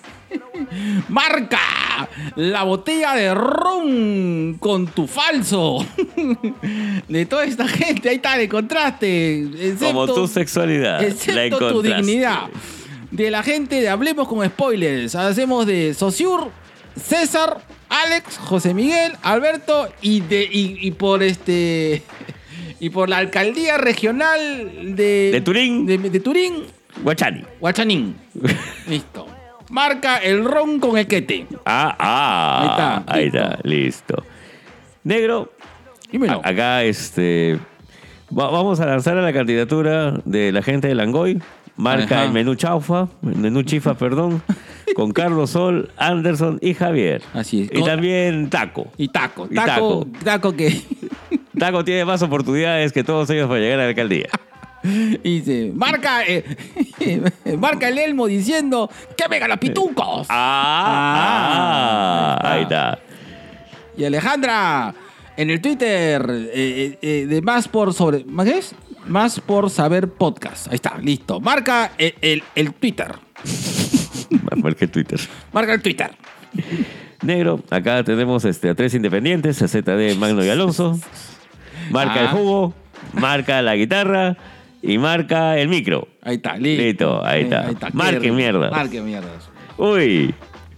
Speaker 1: marca la botella de ron con tu falso. [LAUGHS] De toda esta gente, ahí está, le encontraste. Excepto,
Speaker 2: Como tu sexualidad. la
Speaker 1: excepto tu
Speaker 2: encontraste.
Speaker 1: dignidad. De la gente de Hablemos con Spoilers. Hacemos de Sociur, César, Alex, José Miguel, Alberto y, de, y, y por este. [LAUGHS] Y por la alcaldía regional de.
Speaker 2: De Turín.
Speaker 1: De, de Turín,
Speaker 2: Guachani. [LAUGHS]
Speaker 1: Huachanín. Listo. Marca el ron con equete.
Speaker 2: Ah, ah.
Speaker 1: Ahí
Speaker 2: Ahí
Speaker 1: está,
Speaker 2: está. listo. Negro,
Speaker 1: Dímelo.
Speaker 2: a- acá este. va- vamos a lanzar a la candidatura de la gente de Langoy. Marca
Speaker 1: Ajá.
Speaker 2: el menú chaufa, el menú chifa, perdón,
Speaker 1: [LAUGHS]
Speaker 2: con Carlos Sol, Anderson y Javier.
Speaker 1: Así es.
Speaker 2: Y
Speaker 1: Con-
Speaker 2: también Taco.
Speaker 1: Y taco.
Speaker 2: Y
Speaker 1: Taco,
Speaker 2: taco.
Speaker 1: taco que [LAUGHS]
Speaker 2: Taco tiene más oportunidades que todos ellos para llegar a la alcaldía.
Speaker 1: dice, marca, eh, [LAUGHS] marca el elmo diciendo, que vengan los
Speaker 2: Eh,
Speaker 1: pitucos.
Speaker 2: Ah, ah, ahí está.
Speaker 1: Y Alejandra, en el Twitter eh, eh, eh, de Más por sobre. ¿más qué es? Más por saber podcast. Ahí está, listo. Marca el, el- el Twitter.
Speaker 2: Marca el Twitter.
Speaker 1: Marca el Twitter.
Speaker 2: Negro, acá tenemos este, a tres independientes, a ZD, Magno y Alonso. Marca
Speaker 1: Ah.
Speaker 2: el jugo, marca la guitarra y marca el micro.
Speaker 1: Ahí está, listo.
Speaker 2: Listo, ahí
Speaker 1: Eh,
Speaker 2: está.
Speaker 1: Qué
Speaker 2: Marquen
Speaker 1: rico.
Speaker 2: mierdas.
Speaker 1: Marquen mierdas.
Speaker 2: Uy.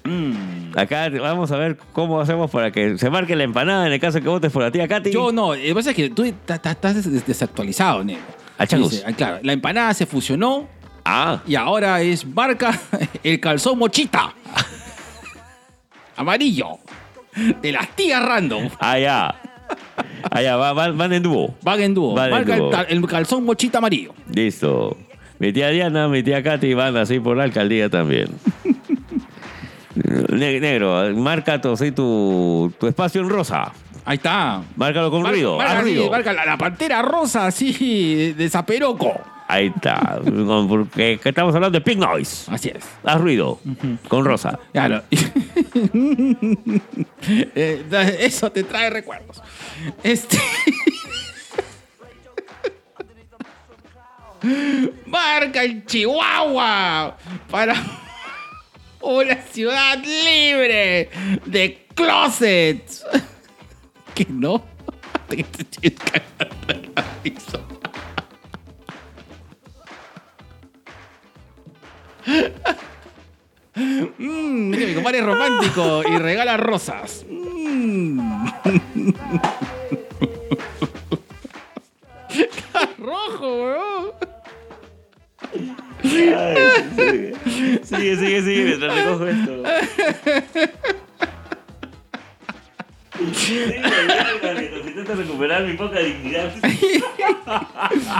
Speaker 1: Mm.
Speaker 2: Acá vamos a ver cómo hacemos para que se marque la empanada en el caso que votes por la tía Katy.
Speaker 1: Yo no, lo que pasa es que tú ta- ta- estás des- desactualizado, negro.
Speaker 2: Ah, changos.
Speaker 1: Dice, ah, Claro, la empanada se fusionó
Speaker 2: Ah,
Speaker 1: y ahora es marca [LAUGHS] el calzón mochita. Amarillo. De las tías random.
Speaker 2: allá.
Speaker 1: [LAUGHS]
Speaker 2: Allá, Ah, va- va- van en dúo.
Speaker 1: Van en dúo.
Speaker 2: Van en
Speaker 1: marca el
Speaker 2: dúo.
Speaker 1: cal- el calzón mochita amarillo.
Speaker 2: Listo. Mi tía Diana, mi tía Katy van así por la alcaldía
Speaker 1: [LAUGHS]
Speaker 2: también. Ne- negro, marca tu, así tu, tu espacio en rosa.
Speaker 1: Ahí está.
Speaker 2: Márcalo con
Speaker 1: Marca-
Speaker 2: ruido.
Speaker 1: marca
Speaker 2: haz
Speaker 1: así,
Speaker 2: ruido.
Speaker 1: marca la, la pantera rosa así de, de Zaperoco.
Speaker 2: Ahí está. Con- Porque que estamos hablando de Pink Noise.
Speaker 1: Así es.
Speaker 2: Haz ruido. Con rosa.
Speaker 1: Claro. Eh, da- Eso te trae recuerdos. Este. Marca el Chihuahua para una ciudad libre de closets. Que no. Te estoy cagando de la risa. Mm, mira, mi compadre es romántico y regala rosas. Mm. [LAUGHS] Está rojo.
Speaker 2: Ay, sigue, sigue, sigue, sigue, mientras recojo esto. Sigue, larga, mientras intento recuperar mi poca dignidad.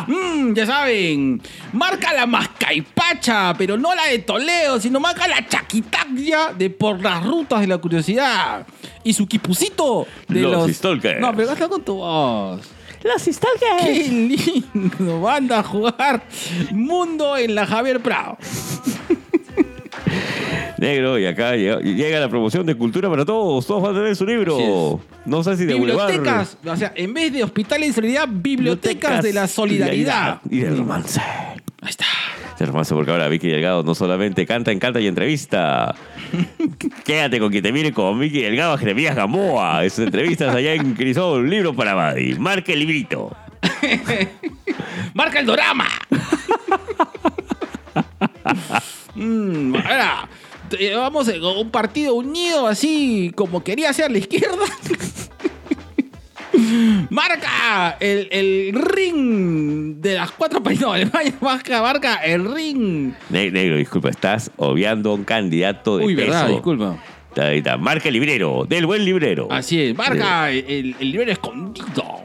Speaker 1: Mm, ya saben, marca la mascaipacha, pero no la de Toledo, sino marca la chaquitacya de por las rutas de la curiosidad. Y su quipucito de
Speaker 2: Los
Speaker 1: los.
Speaker 2: Stalkers.
Speaker 1: No, pero hazlo con tu voz.
Speaker 4: Los Stalkers.
Speaker 1: Qué lindo, van a jugar mundo en la Javier Prado.
Speaker 2: Negro, y acá llega, llega la promoción de Cultura para Todos. Todos van a tener su libro. No sé si de Boulevard.
Speaker 1: Bibliotecas, o sea, en vez de hospitales de solidaridad, bibliotecas de la solidaridad.
Speaker 2: Y del romance.
Speaker 1: Ahí está.
Speaker 2: Del romance, porque ahora Vicky Delgado no solamente canta, encanta y entrevista. Quédate con quien te mire con Vicky Delgado, Jeremías Gamoa. Esas entrevistas allá en Crisol, un libro para Badi. Marca el librito.
Speaker 1: Marca el [LAUGHS] dorama. Mm, ahora, eh, vamos a un partido unido así como quería hacer la izquierda. [LAUGHS] Marca el, el ring de las cuatro países. No, Alemania marca, marca el ring.
Speaker 2: Ne- negro, disculpa, estás obviando a un candidato de
Speaker 1: Uy,
Speaker 2: peso.
Speaker 1: verdad, disculpa.
Speaker 2: Está, ahí está. Marca el librero, del buen librero.
Speaker 1: Así es, marca el, el nivel escondido.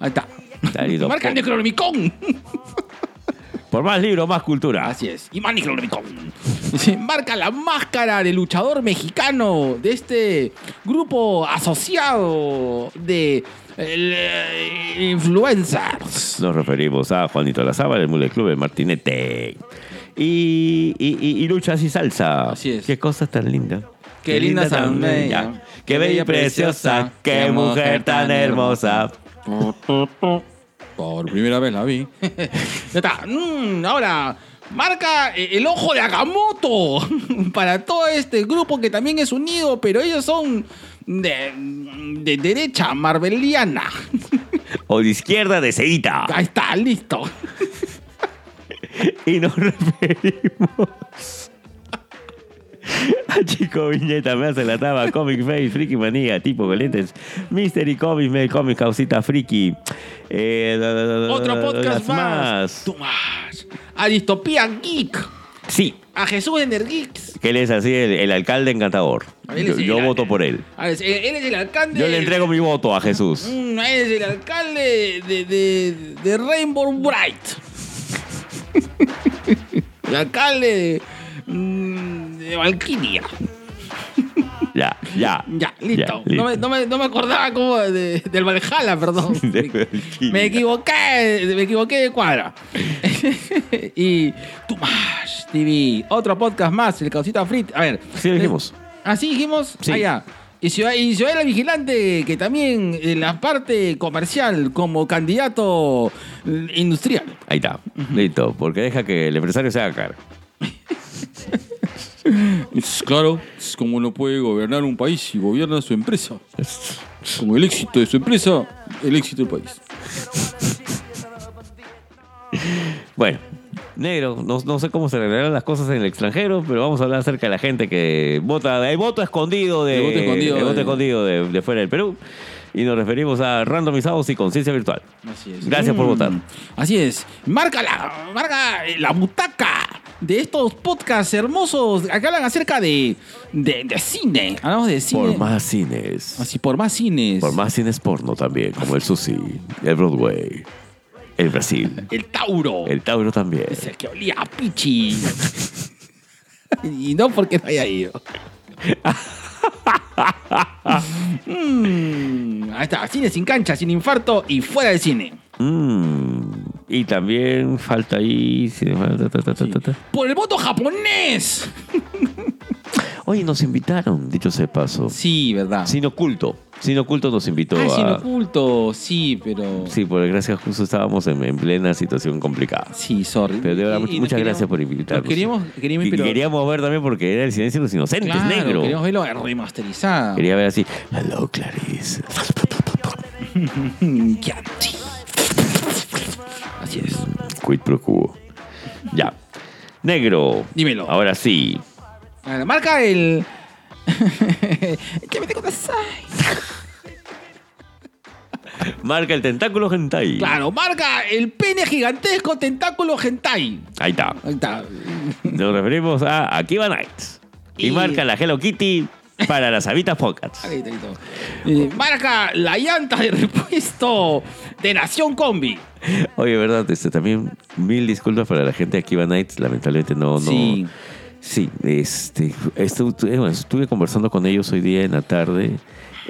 Speaker 1: Ahí está.
Speaker 2: Está lindo.
Speaker 1: [LAUGHS] Marca el Necronomicon.
Speaker 2: Por más libros, más cultura.
Speaker 1: Así es. Y más Necronomicon. [LAUGHS] Sí, Marca la máscara del luchador mexicano de este grupo asociado de eh, influencers.
Speaker 2: Nos referimos a Juanito Lazaba del Mule Club de Martinete. Y, y, y- y luchas y salsa.
Speaker 1: Así es.
Speaker 2: Qué cosas tan lindas.
Speaker 1: Qué linda tan bella.
Speaker 2: Qué bella y preciosa. Qué mujer tan hermosa.
Speaker 1: Por primera vez la vi. [LAUGHS] ya está. Mm, ahora, marca eh, el ojo de Agamotto [LAUGHS] para todo este grupo que también es unido, pero ellos son de, de derecha, marbeliana.
Speaker 2: O de izquierda de Ceita.
Speaker 1: [LAUGHS] Ahí está, listo. [LAUGHS]
Speaker 2: Y nos [LAUGHS] referimos a Chico Viñeta, Me hace la taba, Comic Face, Friki Manía, Tipo Valientes, Mystery Comics, Mail Comics, Causita Friki. Eh, la- la- la-
Speaker 1: Otro
Speaker 2: la- las
Speaker 1: podcast más. Tú más. A Distopía Geek.
Speaker 2: Sí,
Speaker 1: A Jesús Energeeks.
Speaker 2: que él es así, el, el alcalde encantador.
Speaker 1: Él
Speaker 2: Yo,
Speaker 1: es
Speaker 2: yo
Speaker 1: el-
Speaker 2: voto por él.
Speaker 1: A ver, eh, él es el alcalde.
Speaker 2: Yo le entrego mi voto a Jesús.
Speaker 1: Mm, él es el alcalde de, de- de
Speaker 2: [LAUGHS]
Speaker 1: Rainbow Bright. el alcalde de, mm, de Valkyria.
Speaker 2: Ya, ya.
Speaker 1: Ya, listo.
Speaker 2: Ya,
Speaker 1: No, me, no me- no me acordaba como de- del Valhalla,
Speaker 2: [LAUGHS]
Speaker 1: perdón.
Speaker 2: De
Speaker 1: me,
Speaker 2: Valkyria.
Speaker 1: me equivoqué, me equivoqué de cuadra. [LAUGHS] y Tumash TV, otro podcast más, el Causita Frit. A ver.
Speaker 2: Sí, lo dijimos.
Speaker 1: Así dijimos.
Speaker 2: Sí.
Speaker 1: Ah, ya. Y Ciudad, y Ciudadela Vigilante, que también en la parte comercial como candidato eh, industrial.
Speaker 2: Ahí está. Listo. Porque deja que el empresario se haga cargo.
Speaker 1: claro, es como no puede gobernar un país si gobierna su empresa. Como el éxito de su empresa, el éxito del país.
Speaker 2: Bueno, negro, no, no sé cómo se arreglarán las cosas en el extranjero, pero vamos a hablar acerca de la gente que vota. El voto escondido de,
Speaker 1: El voto escondido
Speaker 2: el voto
Speaker 1: de-
Speaker 2: escondido de- de fuera del Perú. Y nos referimos a randomizados y conciencia virtual.
Speaker 1: Así es.
Speaker 2: Gracias por
Speaker 1: Mm,
Speaker 2: votar.
Speaker 1: Así es. Marca la, marca la butaca de estos podcasts hermosos que hablan acerca de, de, de cine. Hablamos de cine.
Speaker 2: Por más cines.
Speaker 1: Así, por más cines.
Speaker 2: Por más cines porno también, como el Sushi, el Broadway, el Brasil,
Speaker 1: El Tauro.
Speaker 2: el Tauro también.
Speaker 1: Es el que olía a pichi. [LAUGHS] y no porque no
Speaker 2: [LAUGHS]
Speaker 1: haya ido. Mm, ahí está, cine sin cancha, sin infarto y fuera del cine.
Speaker 2: Mm, Y también falta ahí. sí, falta, ta, ta, ta, ta, ta.
Speaker 1: Por el voto japonés.
Speaker 2: Oye, nos invitaron, dicho sea de paso.
Speaker 1: Sí, ¿verdad?
Speaker 2: Sin oculto. Sin oculto nos invitó
Speaker 1: Ah,
Speaker 2: a.
Speaker 1: sin oculto, sí, pero... Sí,
Speaker 2: Sí, por gracias, justo estábamos en, en plena situación complicada.
Speaker 1: sorry.
Speaker 2: Pero de verdad,
Speaker 1: Y-
Speaker 2: much-
Speaker 1: y nos
Speaker 2: muchas
Speaker 1: queríamos-
Speaker 2: gracias por invitarnos.
Speaker 1: nos Queríamos, queríamos,
Speaker 2: Y
Speaker 1: pero-
Speaker 2: queríamos ver también porque era el silencio de los inocentes,
Speaker 1: claro,
Speaker 2: negro.
Speaker 1: queríamos verlo remasterizado.
Speaker 2: Quería ver así. Hello, Clarice.
Speaker 1: Mm, [LAUGHS] ya, sí. Así es.
Speaker 2: Quid pro quo. Ya. Negro.
Speaker 1: Dímelo.
Speaker 2: Ahora sí.
Speaker 1: A la marca el. ¿Qué me te contestáis?
Speaker 2: Marca el tentáculo hentai.
Speaker 1: Claro, marca el pene gigantesco tentáculo hentai.
Speaker 2: Ahí está.
Speaker 1: Ahí está.
Speaker 2: Nos referimos a Akiva Nights. Y,
Speaker 1: Y-
Speaker 2: marca la Hello Kitty para las habitas Pockets.
Speaker 1: Ahí está, ahí está. Eh, Marca la llanta de repuesto de Nación Combi.
Speaker 2: Oye, verdad, este, también mil disculpas para la gente de Akiva Nights. Lamentablemente Oh, no, no.
Speaker 1: Sí.
Speaker 2: Sí, este, estu- tu- eh, bueno, estuve conversando con ellos hoy día en la tarde.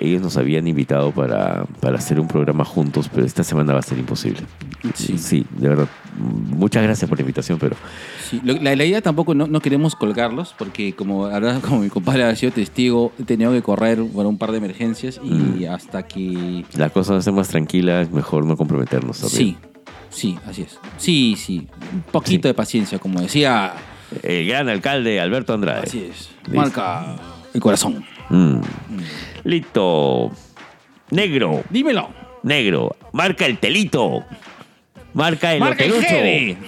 Speaker 2: Ellos nos habían invitado para, para hacer un programa juntos, pero esta semana va a ser imposible. Sí. Sí, de verdad. Muchas gracias por la invitación, pero
Speaker 1: Sí, lo- la, la idea tampoco no, no queremos colgarlos porque como ahora como mi compadre ha sido testigo, he tenido que correr por un par de emergencias y
Speaker 2: Mm.
Speaker 1: hasta que
Speaker 2: la cosa va a ser más tranquila, es mejor no comprometernos.
Speaker 1: sí,
Speaker 2: también.
Speaker 1: sí, así es. Sí, sí, un poquito
Speaker 2: Sí.
Speaker 1: de paciencia, como decía.
Speaker 2: El gran alcalde Alberto Andrade.
Speaker 1: Así es.
Speaker 2: Listo.
Speaker 1: Marca el corazón.
Speaker 2: Mm. Lito. Negro.
Speaker 1: Dímelo.
Speaker 2: Negro. Marca el telito. Marca el
Speaker 1: Marca el
Speaker 2: hotelucho.
Speaker 1: jefe.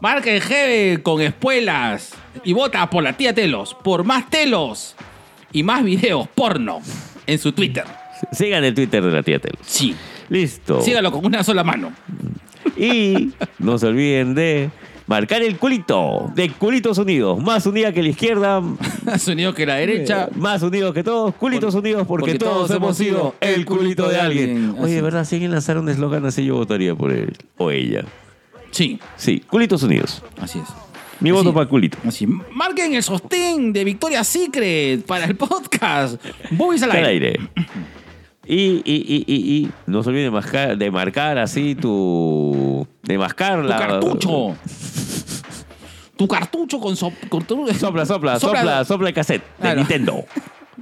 Speaker 1: Marca el jefe con espuelas y vota por la tía Telos, por más Telos y más videos porno en su Twitter.
Speaker 2: Sigan el Twitter de la tía Telos.
Speaker 1: Sí.
Speaker 2: Listo.
Speaker 1: Sígalo con una sola mano. [LAUGHS]
Speaker 2: Y no se olviden de marcar el culito. De Culitos Unidos. Más unida que la [LAUGHS] izquierda.
Speaker 1: Has unido que la derecha.
Speaker 2: Más unidos que todos. Culitos
Speaker 1: Por-
Speaker 2: Unidos porque,
Speaker 1: porque
Speaker 2: todos, hemos sido el culito de alguien. Oye,
Speaker 1: Así.
Speaker 2: de verdad, si alguien lanzara un eslogan así, yo votaría por él o ella.
Speaker 1: Sí,
Speaker 2: Sí, Culitos Unidos.
Speaker 1: así es.
Speaker 2: Mi voto
Speaker 1: Sí.
Speaker 2: para culito.
Speaker 1: Así. Marquen el sostén de Victoria Secret para el podcast. Bobby's al
Speaker 2: al
Speaker 1: aire.
Speaker 2: aire. Y, y, y, y, y no se olviden de marcar, de marcar así tu. De mascar
Speaker 1: Tu
Speaker 2: la.
Speaker 1: cartucho. Tu cartucho con, so- con tu-
Speaker 2: Sopla, sopla, sopla, sopla, el cassette de
Speaker 1: Claro.
Speaker 2: Nintendo.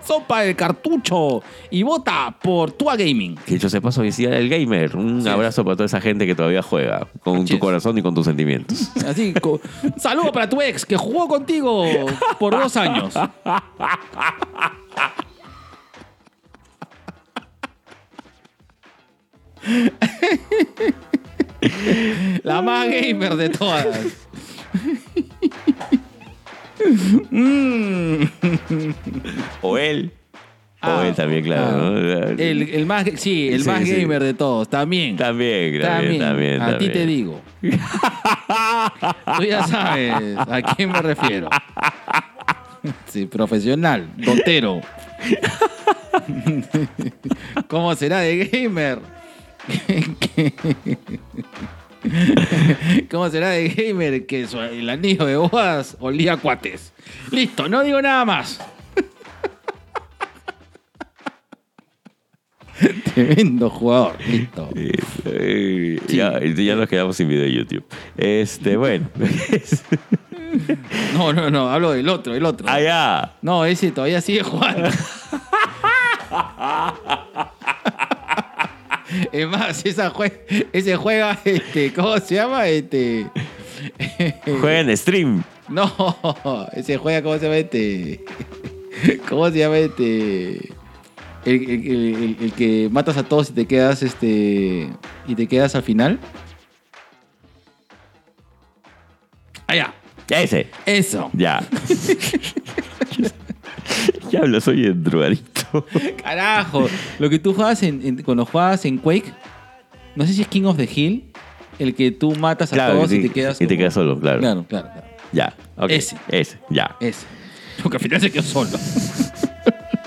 Speaker 1: Sopa el cartucho y vota por Tua Gaming.
Speaker 2: Que yo se paso decía el gamer. Un
Speaker 1: Así es.
Speaker 2: abrazo para toda esa gente que todavía juega. Con
Speaker 1: Así
Speaker 2: tu
Speaker 1: es.
Speaker 2: corazón y con tus sentimientos.
Speaker 1: Así,
Speaker 2: [LAUGHS]
Speaker 1: co- saludo para tu ex que jugó contigo por dos años. La más gamer de todas. Mm.
Speaker 2: O él. o
Speaker 1: Ah,
Speaker 2: él también, claro.
Speaker 1: ah.
Speaker 2: ¿no?
Speaker 1: El, el más, sí, el
Speaker 2: Sí,
Speaker 1: más
Speaker 2: sí.
Speaker 1: gamer de todos, también.
Speaker 2: También, también, también.
Speaker 1: A ti
Speaker 2: también.
Speaker 1: te digo. Tú ya sabes a quién me refiero. Sí, profesional, dotero. ¿Cómo será de gamer? ¿Cómo será de gamer que su- el anillo de bodas olía a cuates? Listo, no digo nada más. Tremendo jugador, listo.
Speaker 2: Eh, eh, ya, ya nos quedamos sin video de YouTube.
Speaker 1: [LAUGHS]
Speaker 2: Este, bueno.
Speaker 1: No, no, no, hablo del otro, el otro.
Speaker 2: Allá.
Speaker 1: No, ese todavía sigue jugando. es más, esa jue- ese juega, este, ¿cómo se llama? Este. Eh.
Speaker 2: Juega en stream.
Speaker 1: No, ese juega, ¿cómo se llama este? ¿Cómo se llama este? El, el- el- el- el que matas a todos y te quedas, este. Y te quedas al final. Allá,
Speaker 2: Ese.
Speaker 1: eso.
Speaker 2: Ya. ya hablo, soy el drogadicto.
Speaker 1: Carajo, lo que tú jugabas en, en- cuando jugabas en Quake, no sé si es King of the Hill, el que tú matas a
Speaker 2: Claro,
Speaker 1: todos
Speaker 2: y
Speaker 1: y
Speaker 2: te-
Speaker 1: te quedas
Speaker 2: y te
Speaker 1: como-
Speaker 2: quedas solo, claro.
Speaker 1: Claro, claro, claro.
Speaker 2: Ya. ok.
Speaker 1: Ese.
Speaker 2: Ese. Ya.
Speaker 1: Ese. [LAUGHS] Porque al final se quedó solo.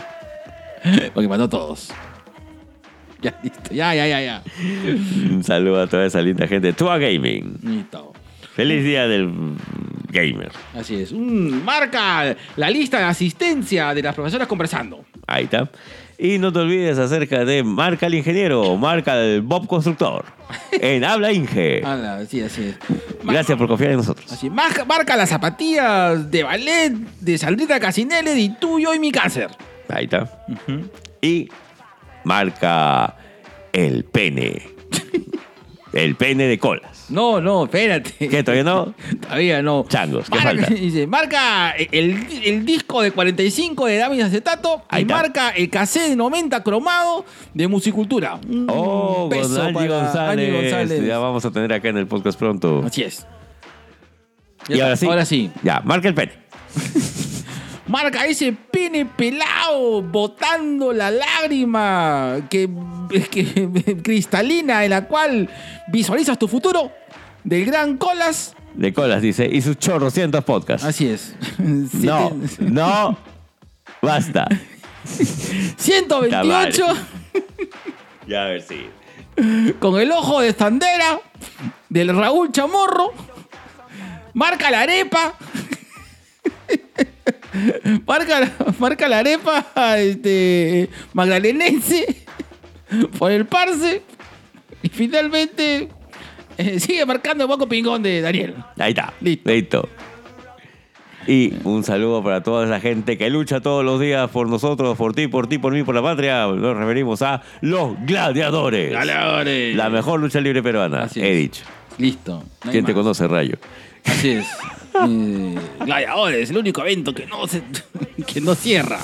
Speaker 1: [LAUGHS] Porque mató a todos. Ya, listo. Ya, ya, ya, ya.
Speaker 2: Un saludo a toda esa linda gente. Tua Gaming.
Speaker 1: Listo.
Speaker 2: Feliz día del gamer.
Speaker 1: Así es. Mm, marca la lista de asistencia de las profesoras conversando.
Speaker 2: Ahí está. Y no te olvides acerca de Marca al Ingeniero, Marca al Bob Constructor. En Habla Inge.
Speaker 1: Ala, Ah, sí, así es. Ma-
Speaker 2: Gracias por confiar en nosotros.
Speaker 1: Así, marca, marca las zapatillas de ballet de Sandrita Casinelli y tuyo y mi cáncer.
Speaker 2: Ahí está. Y marca el
Speaker 1: [LAUGHS]
Speaker 2: pene. el pene de colas.
Speaker 1: No, no, espérate. [LAUGHS]
Speaker 2: ¿Qué? ¿Todavía no?
Speaker 1: Todavía no.
Speaker 2: Changos, ¿qué
Speaker 1: Marca-
Speaker 2: falta?
Speaker 1: [LAUGHS] Dice, marca eh, el, el disco de 45 de Damis Acetato
Speaker 2: Ahí
Speaker 1: y
Speaker 2: está.
Speaker 1: marca el cassette de 90 cromado de Musicultura. Un
Speaker 2: Oh,
Speaker 1: beso
Speaker 2: Gonzalo
Speaker 1: para
Speaker 2: González.
Speaker 1: Andy González.
Speaker 2: Ya vamos a tener acá en el podcast pronto.
Speaker 1: Así es. Ya
Speaker 2: Y
Speaker 1: está,
Speaker 2: ahora sí.
Speaker 1: Ahora sí.
Speaker 2: Ya, marca el pene.
Speaker 1: Marca ese pene pelado botando la lágrima que, [LAUGHS] que- cristalina en la cual visualizas tu futuro del gran Colas
Speaker 2: De colas, dice. Y sus chorrocientos podcasts.
Speaker 1: Así es. [LAUGHS]
Speaker 2: no, no. Basta.
Speaker 1: 128
Speaker 2: Ya, a ver, sí.
Speaker 1: con el ojo de Sandera del Raúl Chamorro. Marca la arepa. [LAUGHS] Marca, la- marca la arepa este, magdalenense por el parse. Y finalmente eh, sigue marcando el Guaco Pingón de Daniel.
Speaker 2: Ahí está.
Speaker 1: Listo.
Speaker 2: Listo. Y un saludo para toda esa gente que lucha todos los días por nosotros, por ti, por ti, por mí, por la patria. Nos referimos a los gladiadores.
Speaker 1: Dale,
Speaker 2: La mejor lucha libre peruana,
Speaker 1: Así
Speaker 2: he
Speaker 1: es.
Speaker 2: dicho.
Speaker 1: Listo. no hay
Speaker 2: ¿Quién te
Speaker 1: más.
Speaker 2: conoce, Rayo?
Speaker 1: Así es. Eh, Gladiadores, el único evento que no se, [LAUGHS] que no cierra.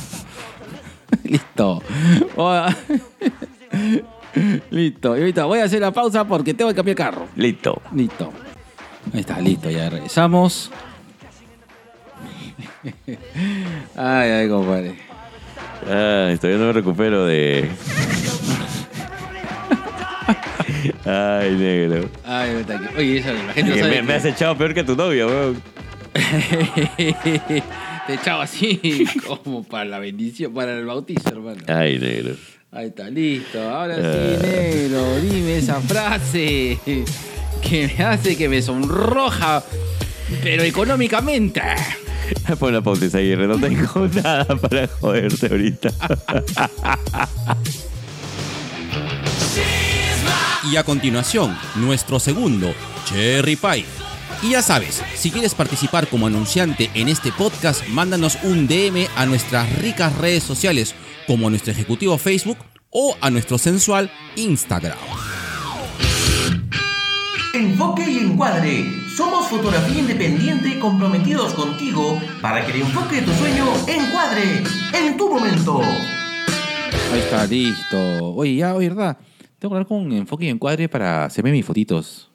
Speaker 1: [LAUGHS] Listo. Voy a- [LAUGHS] listo. Y ahorita voy a hacer la pausa porque tengo que cambiar carro.
Speaker 2: Listo.
Speaker 1: Listo. Ahí está, listo, ya regresamos. [LAUGHS] Ay, ay, compadre.
Speaker 2: Ay, Ah, todavía no me recupero de... Ay, negro.
Speaker 1: Ay, puta que- Oye, eso la gente no
Speaker 2: Que
Speaker 1: sabe.
Speaker 2: Me, me has echado peor que tu novia, weón.
Speaker 1: que- Te echaba este así [LAUGHS] como para la bendición, para el bautizo, hermano.
Speaker 2: Ay, negro.
Speaker 1: Ahí está, listo. Ahora
Speaker 2: Eh.
Speaker 1: sí, negro, dime esa frase que me hace que me sonroja, pero económicamente.
Speaker 2: [LAUGHS] Pon la pausa, Isaguirre. No tengo [LAUGHS] nada para joderte ahorita.
Speaker 6: Y a continuación, nuestro segundo, Cherry Pie. Y ya sabes, si quieres participar como anunciante en este podcast, mándanos un DM a nuestras ricas redes sociales, como a nuestro ejecutivo Facebook o a nuestro sensual Instagram.
Speaker 9: Enfoque y encuadre. Somos fotografía independiente comprometidos contigo para que el enfoque de tu sueño encuadre en tu momento.
Speaker 1: Ahí está, listo. Oye, ya, oye, ¿verdad? Tengo que hablar con enfoque y encuadre para hacerme mis fotitos.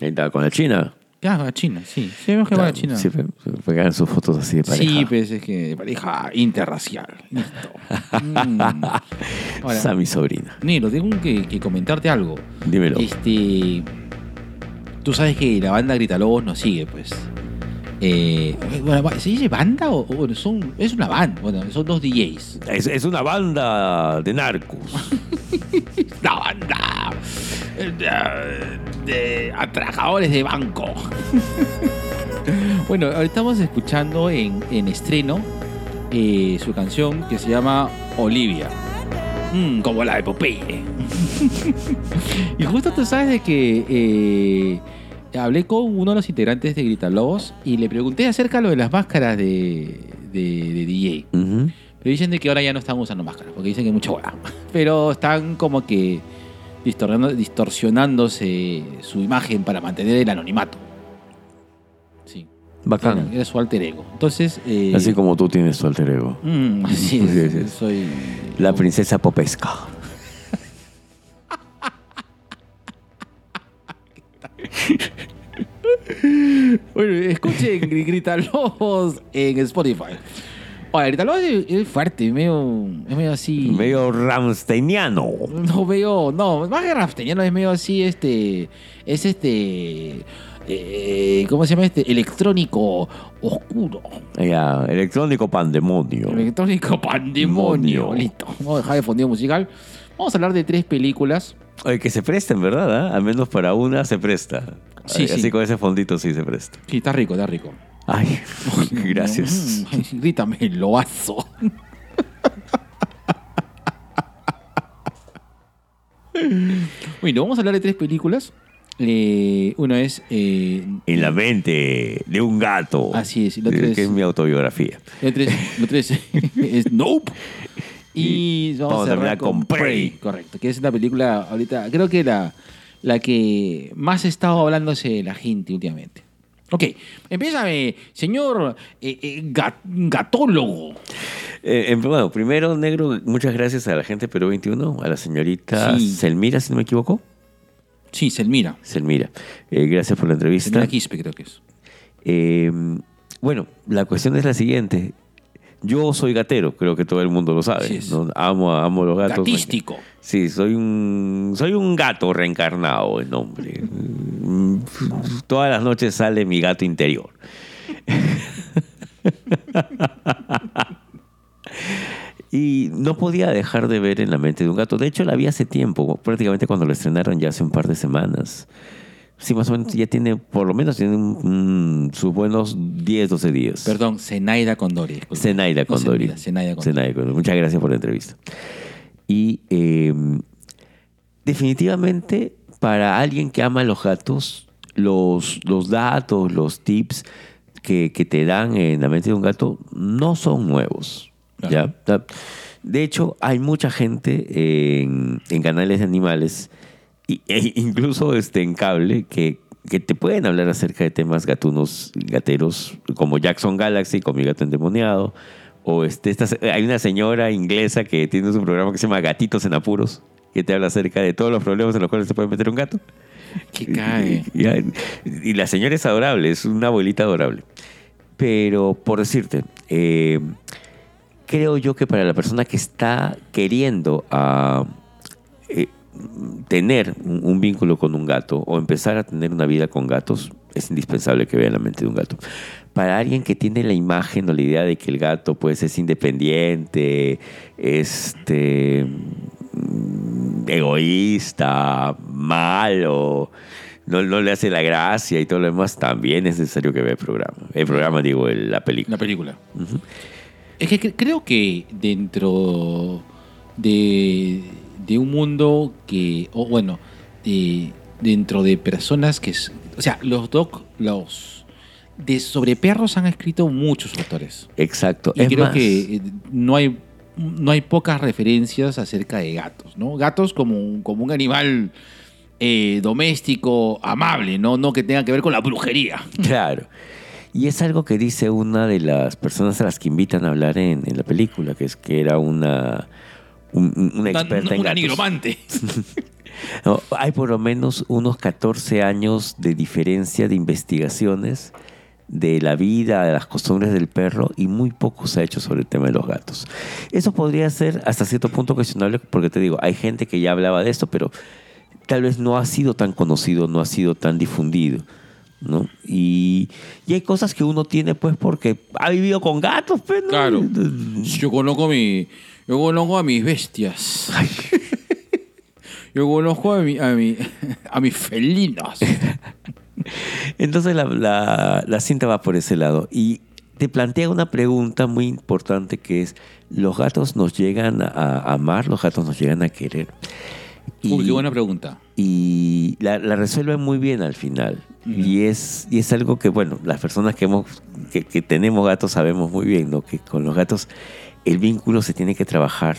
Speaker 2: Ahí está, con la China.
Speaker 1: Ya, Ah, a China, sí. Sí, vemos que va a China.
Speaker 2: Sí, pero pegan sus fotos así de pareja.
Speaker 1: Sí, pues es que pareja interracial. Listo.
Speaker 2: [LAUGHS]
Speaker 1: Mm. Ahora,
Speaker 2: Esa mi sobrina.
Speaker 1: Nero, tengo que, que comentarte algo.
Speaker 2: Dímelo.
Speaker 1: Este. Tú sabes que la banda Gritalobos nos sigue, pues. Eh, bueno, ¿Se dice banda o, o bueno, son, es una banda? Bueno, son dos DJs.
Speaker 2: Es, es una banda de narcos.
Speaker 1: La banda eh, de, de atracadores de banco. bueno, ahorita estamos escuchando en, en estreno eh, su canción que se llama Olivia. Mm, como la de Popeye. [LAUGHS] y justo tú sabes de que eh, hablé con uno de los integrantes de Gritalobos y le pregunté acerca de lo de las máscaras de, de, de DJ.
Speaker 2: Ujú.
Speaker 1: Pero dicen de que ahora ya no están usando máscaras, porque dicen que es mucha hueá. [LAUGHS] Pero están como que distorsionando- distorsionándose su imagen para mantener el anonimato. Sí.
Speaker 2: Bacán.
Speaker 1: Era su alter ego. Entonces. eh,
Speaker 2: Así como tú tienes tu alter ego.
Speaker 1: mm, así es.
Speaker 2: [LAUGHS] Sí, sí.
Speaker 1: Soy.
Speaker 2: La princesa Popesca.
Speaker 1: Bueno, escuchen [LAUGHS] Gri- Grita Lobos en Spotify. Ahora, Grita Lobos es, es fuerte, medio, es medio así.
Speaker 2: Medio ramsteiniano.
Speaker 1: No veo, no, más que rafteniano es medio así, este, es este, eh, ¿cómo se llama este? Electrónico oscuro,
Speaker 2: Ya, electrónico pandemonio.
Speaker 1: electrónico pandemonio.
Speaker 2: Demonio.
Speaker 1: Listo, vamos a dejar de fondeo musical. Vamos a hablar de tres películas.
Speaker 2: Oye, que se presten, ¿verdad? ah? Al menos para una se presta.
Speaker 1: Sí,
Speaker 2: Así
Speaker 1: sí.
Speaker 2: con ese fondito sí se presta.
Speaker 1: Sí, está rico, está rico.
Speaker 2: Ay, [LAUGHS] gracias.
Speaker 1: Mm, Grítame, [LAUGHS] loazo. bueno, vamos a hablar de tres películas. Eh, una es eh,
Speaker 2: En la mente de un gato.
Speaker 1: Así es, y la otra
Speaker 2: Eh,
Speaker 1: es-
Speaker 2: Que es mi autobiografía.
Speaker 1: Lo tres, lo [LAUGHS] tres es Nope. Y, vamos, a terminar con, Prey. Correcto, que es una película ahorita, creo que la, la que más ha estado hablándose la gente últimamente. Ok, empiézame, señor eh, eh, ga- gatólogo.
Speaker 2: Eh, em, bueno, primero, negro, muchas gracias a la gente de Perú 21, a la señorita
Speaker 1: Sí.
Speaker 2: Selmira, si no me equivoco.
Speaker 1: Sí, Selmira.
Speaker 2: Selmira, eh, gracias por la entrevista. Em,
Speaker 1: Selmira Quispe creo que es.
Speaker 2: Eh, bueno, la cuestión es la siguiente. Yo soy gatero, creo que todo el mundo lo sabe.
Speaker 1: Así es.
Speaker 2: ¿no? Amo, amo los gatos.
Speaker 1: Gatístico.
Speaker 2: Sí, soy un, soy un gato reencarnado en nombre. Mm, Todas las noches sale mi gato interior. Y no podía dejar de ver en la mente de un gato. De hecho, la vi hace tiempo, prácticamente cuando la estrenaron ya hace un par de semanas. Sí, más o menos ya tiene, por lo menos tiene un- un- sus buenos 10, 12 días.
Speaker 1: Perdón, Zenaida Condori. disculpe.
Speaker 2: Zenaida
Speaker 1: No
Speaker 2: Condori.
Speaker 1: Zenaida, Zenaida Condori.
Speaker 2: Zenaida Condori. Muchas gracias por la entrevista. Y eh, definitivamente para alguien que ama a los gatos, los, los datos, los tips que, que te dan en la mente de un gato no son nuevos.
Speaker 1: Claro.
Speaker 2: ¿ya? O sea, De hecho, hay mucha gente en, en canales de animales y- e incluso este, en cable que, que te pueden hablar acerca de temas gatunos, gateros, como Jackson Galaxy, con mi gato endemoniado. O este, esta, se- hay una señora inglesa que tiene su programa que se llama Gatitos en Apuros, que te habla acerca de todos los problemas en los cuales se puede meter un gato.
Speaker 1: Qué cae.
Speaker 2: Y, y- y la señora es adorable, es una abuelita adorable. Pero por decirte, eh, creo yo que para la persona que está queriendo ah, eh, tener un, un vínculo con un gato o empezar a tener una vida con gatos, es indispensable que vea la mente de un gato. Para alguien que tiene la imagen o la idea de que el gato pues es independiente, este mm, egoísta, malo, no, no le hace la gracia y todo lo demás, también es necesario que vea el programa. El programa, digo, el- la película.
Speaker 1: La película. Es que cre- creo que dentro de, de un mundo que, o bueno, de- dentro de personas que, s- o sea, los doc, los de sobre perros han escrito muchos autores.
Speaker 2: Exacto.
Speaker 1: Y
Speaker 2: es
Speaker 1: creo
Speaker 2: más,
Speaker 1: que eh, no hay no hay pocas referencias acerca de gatos, ¿no? Gatos como un, como un animal eh, doméstico, amable, ¿no? No que tenga que ver con la brujería.
Speaker 2: [LAUGHS] Claro. Y es algo que dice una de las personas a las que invitan a hablar en, en la película, que es que era una, un- un- una
Speaker 1: Una-
Speaker 2: experta en
Speaker 1: una
Speaker 2: gatos.
Speaker 1: nigromante.
Speaker 2: No, hay por lo menos unos 14 años de diferencia de investigaciones de la vida, de las costumbres del perro y muy poco se ha hecho sobre el tema de los gatos. Eso podría ser hasta cierto punto cuestionable porque te digo, hay gente que ya hablaba de esto, pero tal vez no ha sido tan conocido, no ha sido tan difundido. ¿no? Y, y hay cosas que uno tiene pues porque ha vivido con gatos, pues, pero...
Speaker 1: Claro. Yo conozco mi. Yo conozco a mis bestias. [LAUGHS] Yo conozco a mi, a mi- [LAUGHS] a
Speaker 2: [LAUGHS]
Speaker 1: mis felinos.
Speaker 2: Entonces la, la- la cinta va por ese lado y te plantea una pregunta muy importante que es, ¿los gatos nos llegan a amar? ¿Los gatos nos llegan a querer?
Speaker 1: Uy, qué buena pregunta.
Speaker 2: y la, la resuelven muy bien al final. Y, es, y es algo que, bueno, las personas que, hemos, que, que tenemos gatos sabemos muy bien, ¿no? Que con los gatos el vínculo se tiene que trabajar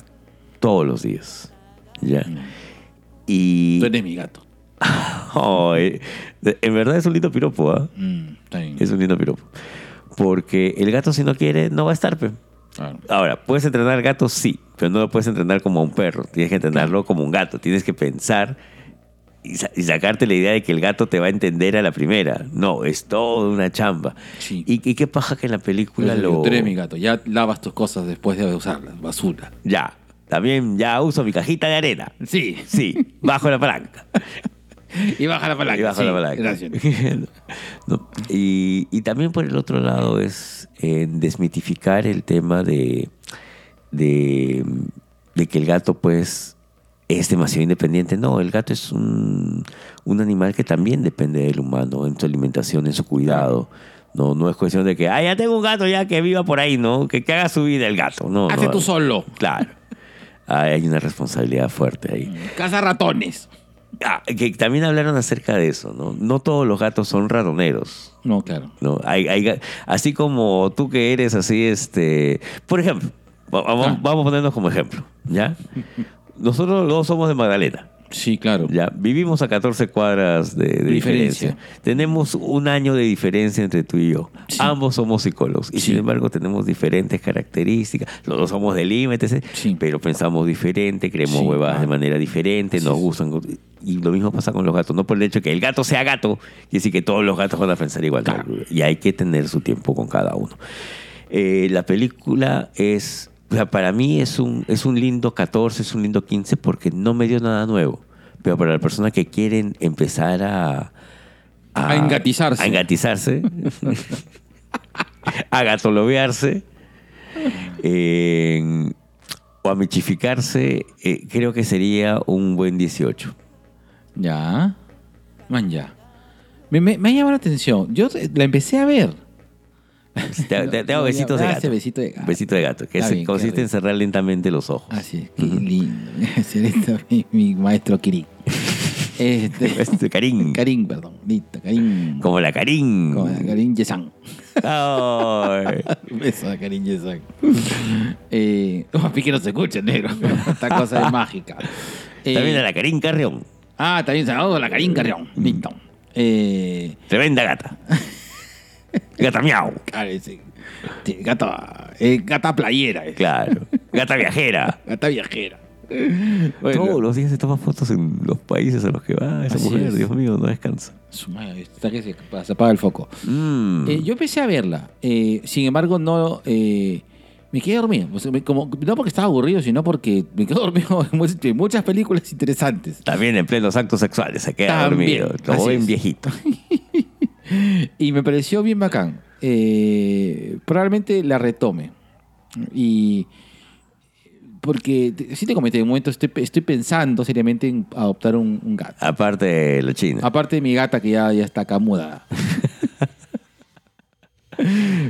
Speaker 2: todos los días. ¿ya?
Speaker 1: Mm.
Speaker 2: Y...
Speaker 1: Tú eres mi gato.
Speaker 2: [LAUGHS] Ay, de- en verdad es un lindo piropo, ¿ah?
Speaker 1: Mm, está bien.
Speaker 2: Es un lindo piropo. Porque el gato si no quiere, no va a estar. pe.
Speaker 1: Claro.
Speaker 2: Ahora, ¿puedes entrenar al gato? Sí, pero no lo puedes entrenar como a un perro. Tienes que entrenarlo como un gato. Tienes que pensar y, sa- y sacarte la idea de que el gato te va a entender a la primera. No, es todo una chamba.
Speaker 1: Sí.
Speaker 2: Y, y qué paja que en la película
Speaker 1: Entonces,
Speaker 2: lo...
Speaker 1: Tú eres mi gato. Ya lavas tus cosas después de usarlas. Basura.
Speaker 2: Ya, también ya uso mi cajita de arena.
Speaker 1: Sí.
Speaker 2: Sí, bajo la palanca.
Speaker 1: Y baja la palanca.
Speaker 2: Y bajo
Speaker 1: sí,
Speaker 2: la palanca.
Speaker 1: gracias.
Speaker 2: [LAUGHS] No, Y, y también por el otro lado es eh, desmitificar el tema de, de, de que el gato pues es demasiado independiente. No, el gato es un, un animal que también depende del humano en su alimentación, en su cuidado. No, no es cuestión de que, ah, ya tengo un gato ya que viva por ahí, ¿no? Que, que haga su vida el gato. No,
Speaker 1: Hazte
Speaker 2: no.
Speaker 1: tú solo.
Speaker 2: Claro. Hay una responsabilidad fuerte ahí.
Speaker 1: Caza ratones.
Speaker 2: Ah, que también hablaron acerca de eso, ¿no? No todos los gatos son ratoneros,
Speaker 1: No, claro.
Speaker 2: ¿no? Hay, hay ga- así como tú que eres así, este... Por ejemplo, va- va-
Speaker 1: Ah.
Speaker 2: vamos a ponernos como ejemplo, ¿ya? Nosotros dos somos de Magdalena,
Speaker 1: Sí, claro.
Speaker 2: ¿ya? Vivimos a 14 cuadras de, de diferencia.
Speaker 1: Diferencia.
Speaker 2: Tenemos un año de diferencia entre tú y yo.
Speaker 1: Sí.
Speaker 2: Ambos somos psicólogos y
Speaker 1: Sí.
Speaker 2: sin embargo tenemos diferentes características. Los dos somos de límites,
Speaker 1: Sí.
Speaker 2: E, pero pensamos diferente, creemos
Speaker 1: Sí, Ah.
Speaker 2: huevadas de
Speaker 1: claro.
Speaker 2: manera diferente, nos gustan. Y lo mismo pasa con los gatos. No por el hecho que el gato sea gato, y decir que todos los gatos van a pensar igual.
Speaker 1: Claro.
Speaker 2: Y hay que tener su tiempo con cada uno. Eh, la película es, o sea, para mí es un, es un lindo 14, es un lindo 15 porque no me dio nada nuevo. Pero para las personas que quieren empezar a...
Speaker 1: A engatizarse.
Speaker 2: A engatizarse. [LAUGHS] a gatolobearse. eh, o a michificarse, eh, creo que sería un buen 18.
Speaker 1: Ya. Man, ya. Me, me, me ha llamado la atención. Yo te- la empecé a ver.
Speaker 2: Te, Pues, te- te
Speaker 1: No,
Speaker 2: hago
Speaker 1: no,
Speaker 2: besitos de
Speaker 1: ya,
Speaker 2: gato.
Speaker 1: besito de gato.
Speaker 2: Besito de gato, que
Speaker 1: Está
Speaker 2: se-
Speaker 1: bien,
Speaker 2: consiste
Speaker 1: qué
Speaker 2: en cerrar lentamente los ojos.
Speaker 1: Así es, qué lindo. [LAUGHS] Excelente, mi, mi maestro Kirin. Este,
Speaker 2: Este, Karim.
Speaker 1: Karim, perdón. Listo, Karim.
Speaker 2: Como la Karim.
Speaker 1: Como Karim Yesan.
Speaker 2: Ay.
Speaker 1: Un beso a Karim Yesan. Eh, oh, a mí que no se escuche, negro. Esta cosa es mágica. Eh,
Speaker 2: También a la Karim Carrión.
Speaker 1: Ah, también saludo a la Karim Carrión. Listo. Eh,
Speaker 2: Tremenda gata. Gata miau.
Speaker 1: claro, ese- sí, gata, eh, gata playera, eh,
Speaker 2: Claro. Gata viajera.
Speaker 1: gata viajera.
Speaker 2: Todos los días se toma fotos en los países a los que va esa
Speaker 1: Así
Speaker 2: mujer.
Speaker 1: es.
Speaker 2: Dios mío, no descansa.
Speaker 1: Su madre, está que se, se apaga el foco.
Speaker 2: Mm.
Speaker 1: Eh, yo empecé a verla. eh, sin embargo, no. eh, me quedé dormido. O sea, me- como, no porque estaba aburrido, sino porque me quedé [LAUGHS] dormido en mu- en muchas películas interesantes.
Speaker 2: También en plenos actos sexuales se queda
Speaker 1: También,
Speaker 2: dormido. Como
Speaker 1: así
Speaker 2: buen
Speaker 1: es.
Speaker 2: viejito.
Speaker 1: Y me pareció bien bacán. Eh, probablemente la retome. Y. Porque te- sí te comenté en un momento, estoy, estoy pensando seriamente en adoptar un, un gato.
Speaker 2: Aparte de la China.
Speaker 1: Aparte de mi gata que ya, ya está acá muda.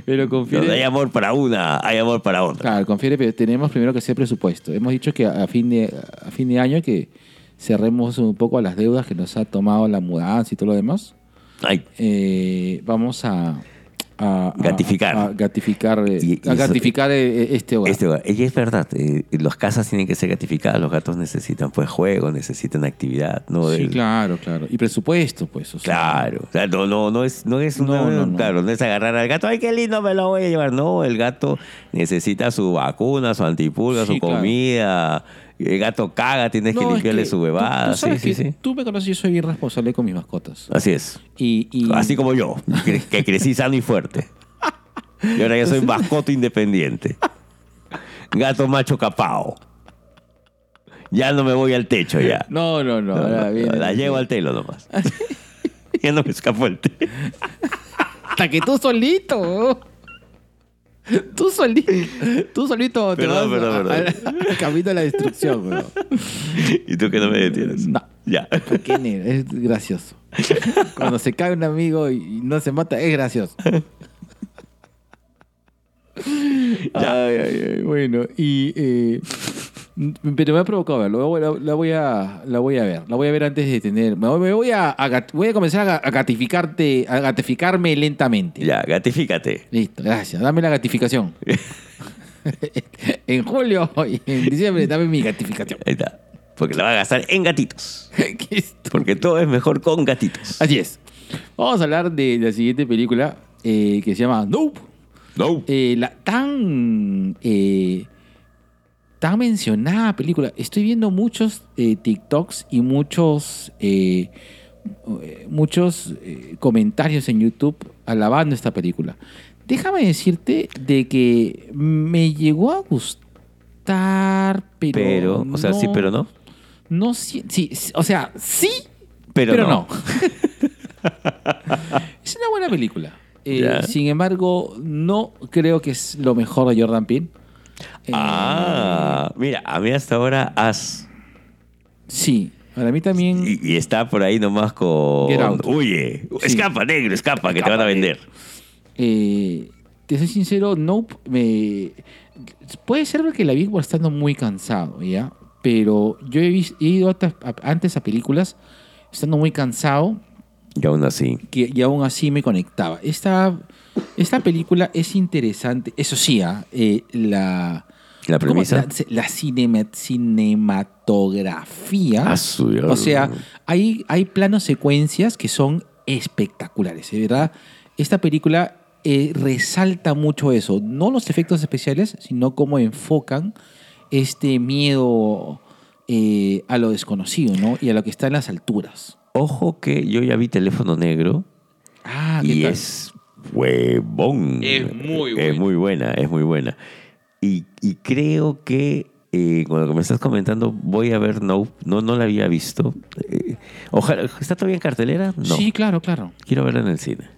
Speaker 1: Pero confío.
Speaker 2: Donde hay amor para una, hay amor para otra.
Speaker 1: Claro, confiere, pero tenemos primero que hacer presupuesto. Hemos dicho que a a fin de, a fin de año que cerremos un poco a las deudas que nos ha tomado la mudanza y todo lo demás.
Speaker 2: Ay,
Speaker 1: Eh, vamos a, a- a-
Speaker 2: Gatificar.
Speaker 1: a gatificar, eh,
Speaker 2: Y- y
Speaker 1: a
Speaker 2: eso-
Speaker 1: gratificar, eh, eh, este hogar.
Speaker 2: Este, y es verdad, eh, las casas tienen que ser gratificadas, los gatos necesitan pues juego, necesitan actividad, ¿no?
Speaker 1: sí,
Speaker 2: El-
Speaker 1: claro, claro. Y presupuesto, pues. o sea,
Speaker 2: Claro, o sea, no, no, no es, no es una-
Speaker 1: No, no, no.
Speaker 2: claro, no es agarrar al gato, ay qué lindo me lo voy a llevar. No, el gato necesita su vacuna, su antipulga,
Speaker 1: Sí,
Speaker 2: su
Speaker 1: claro.
Speaker 2: comida, el gato caga, tienes
Speaker 1: No,
Speaker 2: que
Speaker 1: es
Speaker 2: limpiarle
Speaker 1: que
Speaker 2: su
Speaker 1: tú-
Speaker 2: bebada,
Speaker 1: tú sabes
Speaker 2: sí, sí,
Speaker 1: que
Speaker 2: sí.
Speaker 1: Tú me conoces, yo soy bien responsable con mis mascotas.
Speaker 2: Así es.
Speaker 1: Y, y-
Speaker 2: Así como yo, que, que crecí sano y fuerte. Y ahora ya soy mascoto independiente. Gato macho capao. Ya no me voy al techo ya.
Speaker 1: No, no, no. ahora viene-
Speaker 2: la llevo al telo nomás.
Speaker 1: [LAUGHS]
Speaker 2: ya no me escapó el telo.
Speaker 1: Hasta que tú solito. Tú solito. Tú solito te
Speaker 2: Perdón,
Speaker 1: vas
Speaker 2: perdón,
Speaker 1: a- a-
Speaker 2: perdón.
Speaker 1: al camino de la destrucción, weón.
Speaker 2: ¿Y tú que no me detienes?
Speaker 1: No.
Speaker 2: Ya.
Speaker 1: ¿Por qué, negro? Es gracioso. Cuando se cae un amigo y no se mata, es gracioso. Ay, ay, ay, Bueno, y. eh, pero me ha provocado verlo. La, la voy a, la voy a ver. La voy a ver antes de tener. Me voy- me voy a, a gat- voy a comenzar a, ga- a gratificarte, a gratificarme lentamente.
Speaker 2: Ya, gatifícate.
Speaker 1: Listo, gracias. Dame la gratificación. en julio y en diciembre, dame
Speaker 2: [LAUGHS]
Speaker 1: mi gratificación.
Speaker 2: Ahí está. Porque la va a gastar en gatitos.
Speaker 1: Qué estúpido.
Speaker 2: Porque todo es mejor con gatitos.
Speaker 1: Así es. Vamos a hablar de la siguiente película eh, que se llama Nope.
Speaker 2: No.
Speaker 1: Eh, la tan, eh, tan mencionada película. Estoy viendo muchos eh, TikToks y muchos, eh, eh, muchos eh, comentarios en YouTube alabando esta película. Déjame decirte de que me llegó a gustar, pero.
Speaker 2: Pero, o sea, sí, pero no.
Speaker 1: No, sí, sí, sí, o sea, sí,
Speaker 2: Pero,
Speaker 1: pero,
Speaker 2: no.
Speaker 1: no. [LAUGHS] es una buena película. Eh,
Speaker 2: Ya.
Speaker 1: Sin embargo, no creo que es lo mejor de Jordan Peele. Eh,
Speaker 2: Ah, mira, a mí hasta ahora has
Speaker 1: Sí, para mí también.
Speaker 2: Y, y está por ahí nomás con.
Speaker 1: Get out.
Speaker 2: Huye.
Speaker 1: Sí.
Speaker 2: Escapa, negro, escapa, que te
Speaker 1: Escapa,
Speaker 2: van a vender.
Speaker 1: eh, te soy sincero, no me. Puede ser que la vi por estando muy cansado, ¿ya? Pero yo he, vis- he ido hasta- a- antes a películas estando muy cansado
Speaker 2: Y aún así.
Speaker 1: que, y aún así me conectaba. Esta, esta película es interesante. Eso sí, ah, eh, la,
Speaker 2: La
Speaker 1: ¿cómo?
Speaker 2: premisa.
Speaker 1: la, la cinema- cinematografía.
Speaker 2: Ah, su-
Speaker 1: o sea, hay, hay planos secuencias que son espectaculares, de verdad. Esta película eh, resalta mucho eso. No los efectos especiales, sino cómo enfocan este miedo eh, a lo desconocido, ¿no? Y a lo que está en las alturas.
Speaker 2: Ojo que yo ya vi teléfono negro
Speaker 1: Ah, ¿qué
Speaker 2: y
Speaker 1: tal?
Speaker 2: es huevón.
Speaker 1: Es muy
Speaker 2: Es
Speaker 1: buena.
Speaker 2: muy buena, es muy buena. Y, y creo que eh, con lo que me estás comentando, voy a ver No. No, no la había visto. Eh, ojalá, ¿Está todavía en cartelera? No.
Speaker 1: Sí, claro, claro.
Speaker 2: Quiero verla en el cine.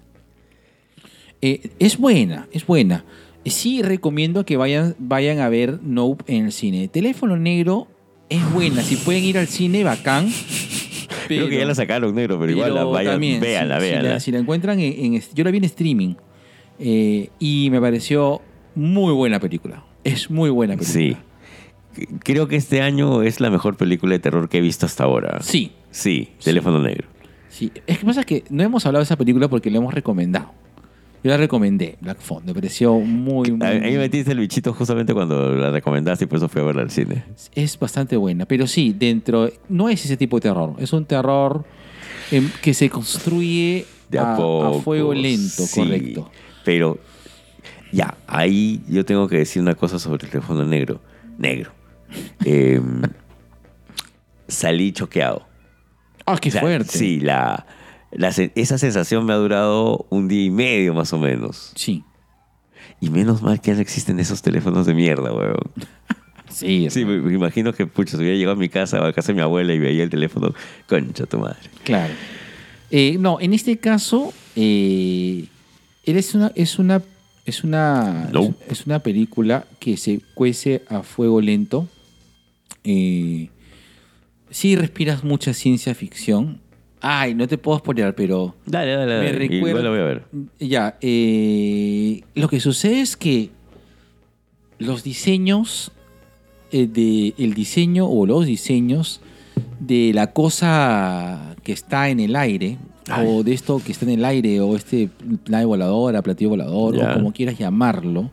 Speaker 1: Eh, es buena, es buena. Eh, Sí recomiendo que vayan, vayan a ver Nope en el cine. Teléfono Negro es buena. Si pueden ir al cine, bacán.
Speaker 2: creo que ya la sacaron, negro, pero igual la vayan,
Speaker 1: también, si-
Speaker 2: véanla,
Speaker 1: si,
Speaker 2: véanla.
Speaker 1: la, si la encuentran en, en- Yo la vi en streaming. eh, y me pareció muy buena película. Es muy buena
Speaker 2: Sí.
Speaker 1: película.
Speaker 2: Creo que este año es la mejor película de terror que he visto hasta ahora.
Speaker 1: Sí.
Speaker 2: Sí, Teléfono Negro.
Speaker 1: Sí, es que pasa que no hemos hablado de esa película porque la hemos recomendado. Yo la recomendé, Black Phone. Me pareció muy, muy.
Speaker 2: A- Ahí me metiste el bichito justamente cuando la recomendaste y por eso fui a verla al cine.
Speaker 1: Es bastante buena. Pero sí, dentro. No es ese tipo de terror. Es un terror em, que se construye
Speaker 2: De a, poco,
Speaker 1: fuego lento,
Speaker 2: sí.
Speaker 1: correcto.
Speaker 2: Pero ya, ahí yo tengo que decir una cosa sobre el teléfono negro. Negro. Em, salí choqueado.
Speaker 1: Ah, qué
Speaker 2: O sea,
Speaker 1: fuerte.
Speaker 2: Sí, la, la sen- esa sensación me ha durado un día y medio más o menos.
Speaker 1: Sí.
Speaker 2: Y menos mal que ya no existen esos teléfonos de mierda, weón.
Speaker 1: Sí,
Speaker 2: Sí, me, me imagino que, pucha, si hubiera llegado a mi casa o a casa de mi abuela y veía el teléfono, concha tu madre.
Speaker 1: Claro. Eh, no, en este caso, eh, él es una, es una, es una,
Speaker 2: No.
Speaker 1: es una película que se cuece a fuego lento. Eh, sí respiras mucha ciencia ficción. Ay, no te puedo spoilear, pero
Speaker 2: Dale, dale,
Speaker 1: me
Speaker 2: dale. Igual
Speaker 1: recuerda-
Speaker 2: la voy a ver.
Speaker 1: Ya, eh, lo que sucede es que los diseños, eh, de, el diseño o los diseños de la cosa que está en el aire, o de esto que está en el aire, o este nave voladora, platillo volador,
Speaker 2: Ya.
Speaker 1: o como quieras llamarlo,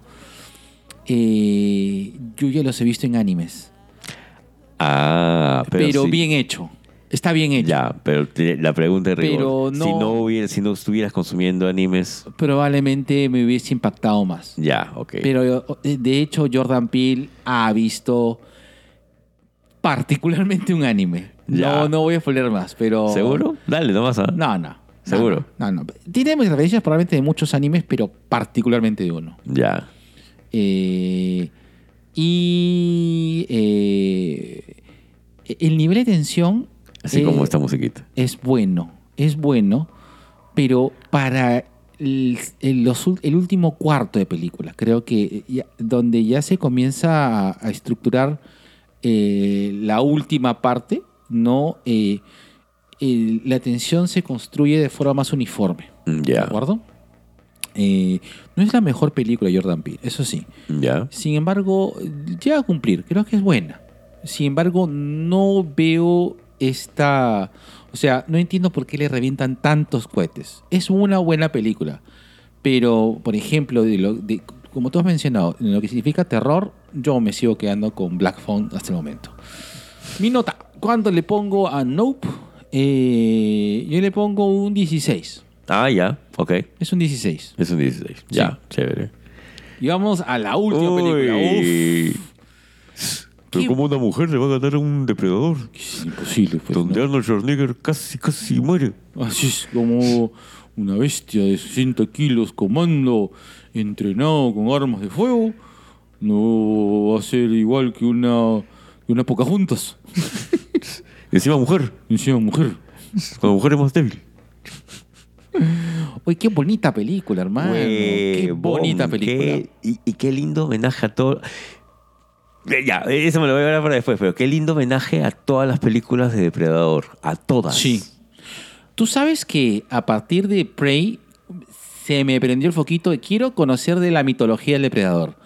Speaker 1: eh, yo ya los he visto en animes,
Speaker 2: Ah, pero,
Speaker 1: pero,
Speaker 2: sí.
Speaker 1: bien hecho. Está bien
Speaker 2: [LAUGHS]
Speaker 1: hecho.
Speaker 2: Ya, pero te- la pregunta es
Speaker 1: Pero
Speaker 2: rigor.
Speaker 1: no-
Speaker 2: Si, no hubiera, si no estuvieras consumiendo animes,
Speaker 1: Probablemente me hubiese impactado más.
Speaker 2: ya, ok.
Speaker 1: Pero eh, de hecho, Jordan Peele ha visto particularmente un anime.
Speaker 2: Ya.
Speaker 1: No, no voy a spoiler más, pero.
Speaker 2: ¿Seguro? Dale, nomás. ¿ah?
Speaker 1: No, no.
Speaker 2: ¿Seguro?
Speaker 1: No, no. Tiene mis referencias probablemente de muchos animes, pero particularmente de uno.
Speaker 2: Ya.
Speaker 1: Eh, y eh, el nivel de tensión
Speaker 2: Así
Speaker 1: eh,
Speaker 2: como esta musiquita.
Speaker 1: es bueno, es bueno, pero para el, el- los ul- el último cuarto de película, creo que ya- donde ya se comienza a, a estructurar eh, la última parte, no Eh, el- la tensión se construye de forma más uniforme, ¿de
Speaker 2: Mm, Ya.
Speaker 1: acuerdo? Eh, no es la mejor película de Jordan Peele, eso sí.
Speaker 2: Ya.
Speaker 1: Sin embargo, llega a cumplir, creo que es buena. Sin embargo, no veo esta... O sea, no entiendo por qué le revientan tantos cohetes. Es una buena película, pero, por ejemplo, de lo- de- como tú has mencionado, en lo que significa terror, yo me sigo quedando con Black Phone hasta el momento. Mi nota, ¿cuánto le pongo a Nope? Eh, yo le pongo un 16.
Speaker 2: Ah, ya. Ok.
Speaker 1: Es un 16.
Speaker 2: Es un 16. Ya. Chévere.
Speaker 1: Y vamos a la última película. Uf.
Speaker 2: Pero
Speaker 1: Qué-
Speaker 2: como una mujer le va a ganar a un depredador.
Speaker 1: Es imposible. pues,
Speaker 2: donde
Speaker 1: ¿no?
Speaker 2: Arnold Schwarzenegger casi, casi muere.
Speaker 1: Así es como una bestia de 60 kilos comando, entrenado con armas de fuego, no va a ser igual que una, que una Pocahontas.
Speaker 2: Encima mujer.
Speaker 1: Encima mujer.
Speaker 2: Cuando mujer es más débil.
Speaker 1: Oye, qué bonita película, hermano. qué
Speaker 2: Huevón,
Speaker 1: bonita
Speaker 2: qué-
Speaker 1: película.
Speaker 2: y, y qué lindo homenaje a todo. Eh, Ya, eso me lo voy a hablar para después, pero qué lindo homenaje a todas las películas de Depredador. A todas.
Speaker 1: Sí. Tú sabes que a partir de Prey se me prendió el foquito de quiero conocer de la mitología del depredador.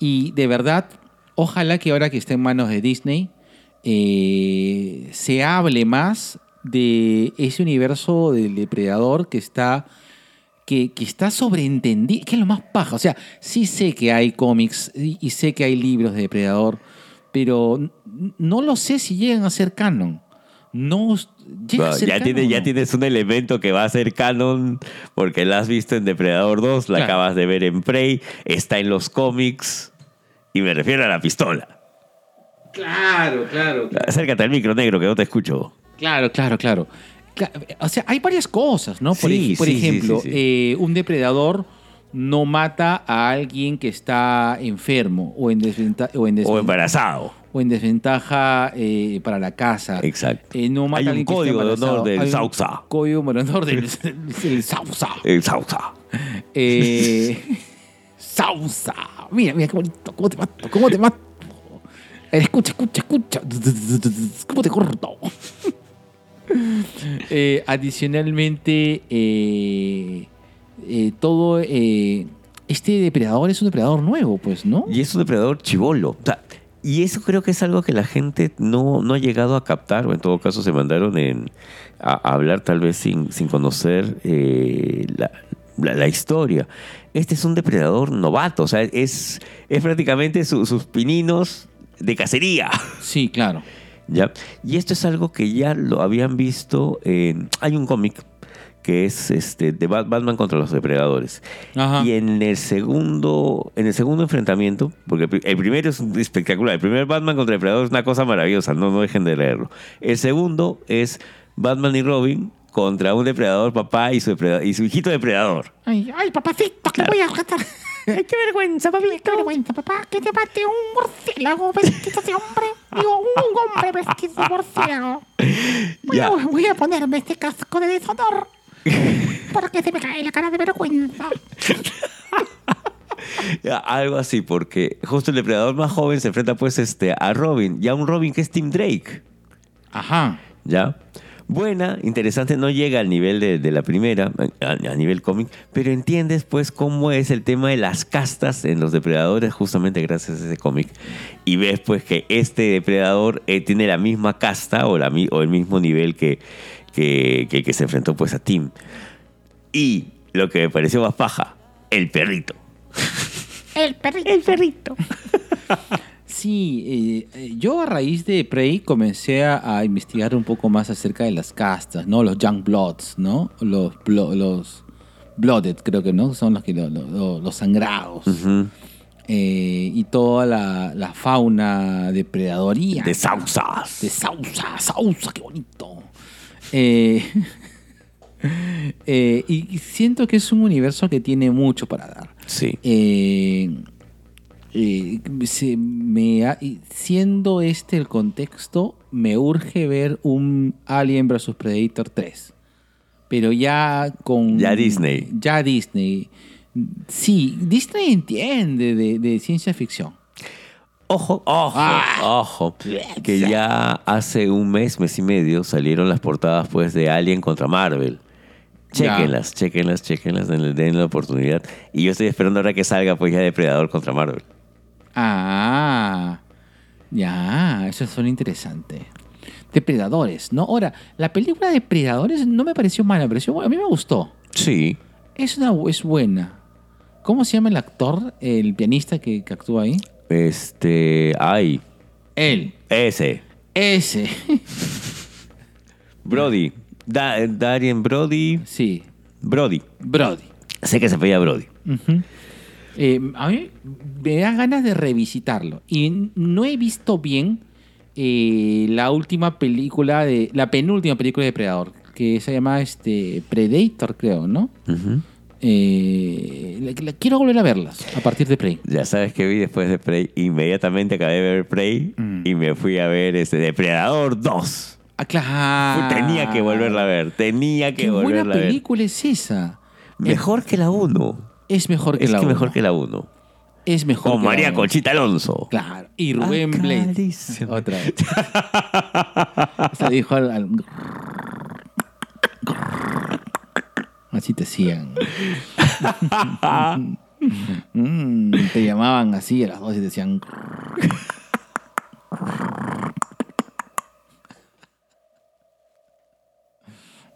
Speaker 1: Y de verdad, ojalá que ahora que esté en manos de Disney eh, se hable más de ese universo del depredador que está que, que está sobreentendido, que es lo más paja. O sea, sí sé que hay cómics y, y sé que hay libros de Depredador, pero n- no lo sé si llegan a ser canon. No, s- llega a
Speaker 2: Bueno, Ah,
Speaker 1: ser
Speaker 2: ya,
Speaker 1: canon
Speaker 2: tiene-
Speaker 1: o
Speaker 2: ya
Speaker 1: no?
Speaker 2: tienes un elemento que va a ser canon porque la has visto en Depredador 2, la
Speaker 1: Claro.
Speaker 2: acabas de ver en Prey, está en los cómics y me refiero a la pistola.
Speaker 1: Claro, claro, claro.
Speaker 2: Acércate al micro negro que no te escucho.
Speaker 1: Claro, claro, claro. Cla- O sea, hay varias cosas, ¿no? Por,
Speaker 2: Sí,
Speaker 1: ej- por
Speaker 2: sí, sí,
Speaker 1: ejemplo,
Speaker 2: sí, sí.
Speaker 1: eh, un depredador no mata a alguien que está enfermo o en, desventa- o en,
Speaker 2: O
Speaker 1: desven-
Speaker 2: embarazado.
Speaker 1: o en desventaja eh, para la casa.
Speaker 2: Exacto.
Speaker 1: Eh, no mata
Speaker 2: Hay
Speaker 1: a
Speaker 2: un
Speaker 1: alguien que esté
Speaker 2: código de honor
Speaker 1: embarazado.
Speaker 2: del
Speaker 1: Hay un
Speaker 2: Sausa.
Speaker 1: Código de honor del, del Sausa.
Speaker 2: El Sausa.
Speaker 1: Eh, [LAUGHS] Sausa. Mira, mira, qué bonito. ¿Cómo te mato? ¿Cómo te mato? Eh, Escucha, escucha, escucha. ¿Cómo te corto? [LAUGHS] Eh, adicionalmente, eh, eh, todo. eh, este depredador es un depredador nuevo, pues, ¿no?
Speaker 2: Y es un depredador chivolo. O sea, y eso creo que es algo que la gente no, no ha llegado a captar, o en todo caso se mandaron en, a, a hablar tal vez sin, sin conocer eh, la, la- la historia. Este es un depredador novato, o sea, es, es prácticamente su- sus pininos de cacería. [LAUGHS]
Speaker 1: Sí, claro.
Speaker 2: ¿ya? Y esto es algo que ya lo habían visto en... Hay un cómic que es este, de Bat- Batman contra los depredadores.
Speaker 1: Ajá.
Speaker 2: Y en el segundo, en el segundo enfrentamiento, porque el pri- el primero es un- espectacular, el primer Batman contra el Depredador es una cosa maravillosa, no, no dejen de leerlo. El segundo es Batman y Robin contra un depredador papá y su, depreda- y su hijito depredador.
Speaker 5: Ay, ay, papacito, que voy a rescatar.
Speaker 4: Ay, qué vergüenza,
Speaker 5: Qué
Speaker 4: papito.
Speaker 5: vergüenza, papá, que te mate un murciélago, vestido de hombre. Digo, un hombre vestido de murciélago. Voy,
Speaker 2: Ya.
Speaker 5: a, voy a ponerme este casco de deshonor. Porque se me cae la cara de vergüenza.
Speaker 2: Ya, Algo así, porque justo el depredador más joven se enfrenta pues este, a Robin, y a un Robin que es Tim Drake.
Speaker 1: Ajá.
Speaker 2: ¿ya? Buena, interesante, no llega al nivel de, de la primera, a, a nivel cómic, pero entiendes pues cómo es el tema de las castas en los depredadores justamente gracias a ese cómic. Y ves pues que este depredador eh, tiene la misma casta o, la, mi- o el mismo nivel que, que, que el que se enfrentó pues a Tim. Y lo que me pareció más paja, el perrito.
Speaker 5: El perrito.
Speaker 4: El perrito.
Speaker 1: Sí, eh, eh, yo a raíz de Prey comencé a, a investigar un poco más acerca de las castas, ¿no? Los Young Bloods, ¿no? Los, blo- los Blooded, creo que, ¿no? Son los, que, lo- lo- lo- los sangrados.
Speaker 2: Ujú.
Speaker 1: Eh, y toda la, la fauna depredadoría.
Speaker 2: De Sausas.
Speaker 1: De Sausa, Sausa, qué bonito. Eh, [LAUGHS] eh, y siento que es un universo que tiene mucho para dar.
Speaker 2: Sí.
Speaker 1: Eh, eh, se me ha- y siendo este el contexto, me urge ver un Alien vs Predator 3. Pero ya con.
Speaker 2: Ya Disney.
Speaker 1: Ya Disney. Sí, Disney entiende de, de ciencia ficción.
Speaker 2: Ojo, ojo, ojo. Que ya hace un mes, mes y medio salieron las portadas pues de Alien contra Marvel.
Speaker 1: Ya.
Speaker 2: Chequenlas, chequenlas, chequenlas, denle, denle la oportunidad. Y yo estoy esperando ahora que salga pues ya Depredador contra Marvel.
Speaker 1: Ah, ya, eso suena interesante. Depredadores, ¿no? Ahora, la película de Depredadores no me pareció mala, me pareció, bu- a mí me gustó.
Speaker 2: Sí.
Speaker 1: Es, una, es buena. ¿Cómo se llama el actor, el pianista que, que actúa ahí?
Speaker 2: Este, ay,
Speaker 1: Él.
Speaker 2: ese,
Speaker 1: Ese. [LAUGHS]
Speaker 2: Brody, Da- eh, Darien Brody,
Speaker 1: Sí.
Speaker 2: Brody.
Speaker 1: Brody.
Speaker 2: Sé que se pedía Brody.
Speaker 1: Ujú. Eh, a mí me da ganas de revisitarlo. Y no he visto bien eh, la última película de. La penúltima película de Depredador. Que se llama este. Predator, creo, ¿no?
Speaker 2: Ujú.
Speaker 1: Eh, la- la- quiero volver a verlas a partir de Prey.
Speaker 2: Ya sabes que vi después de Prey, inmediatamente acabé de ver Prey y me fui a ver este Depredador 2.
Speaker 1: Ah, claro.
Speaker 2: Tenía que volverla a ver. Tenía que
Speaker 1: Ah, Qué
Speaker 2: volverla
Speaker 1: buena
Speaker 2: a ver.
Speaker 1: película es esa.
Speaker 2: Mejor que la 1.
Speaker 1: Es mejor que
Speaker 2: Es
Speaker 1: la
Speaker 2: que
Speaker 1: uno.
Speaker 2: mejor que la 1.
Speaker 1: Es mejor
Speaker 2: Con
Speaker 1: que la
Speaker 2: María
Speaker 1: uno.
Speaker 2: Conchita Alonso.
Speaker 1: Claro. Y Rubén Blade.
Speaker 2: Acaríciame.
Speaker 1: Otra vez. Se dijo al, al- Así te hacían. Mm, te llamaban así a las dos y te decían.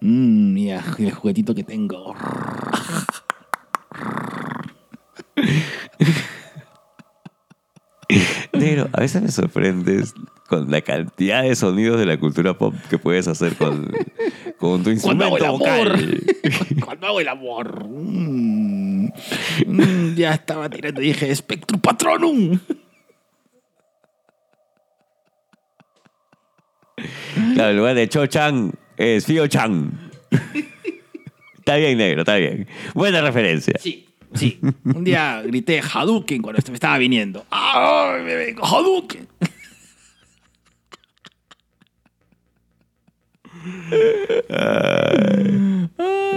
Speaker 1: Mm, mira, el juguetito que tengo.
Speaker 2: Negro, a veces me sorprendes con la cantidad de sonidos de la cultura pop que puedes hacer con, con
Speaker 1: [LAUGHS]
Speaker 2: tu
Speaker 1: hago el
Speaker 2: instrumento
Speaker 1: amor.
Speaker 2: vocal.
Speaker 1: Cuando hago el amor. Mm. Mm, ya estaba tirando y dije, Spectrum Patronum.
Speaker 2: Claro, en lugar de Cho Chang es Fio Chang. está bien, negro, está bien. Buena referencia.
Speaker 1: Sí. Sí. Un día grité Hadouken cuando me estaba viniendo. ¡Ah! me vengo! ¡Hadouken!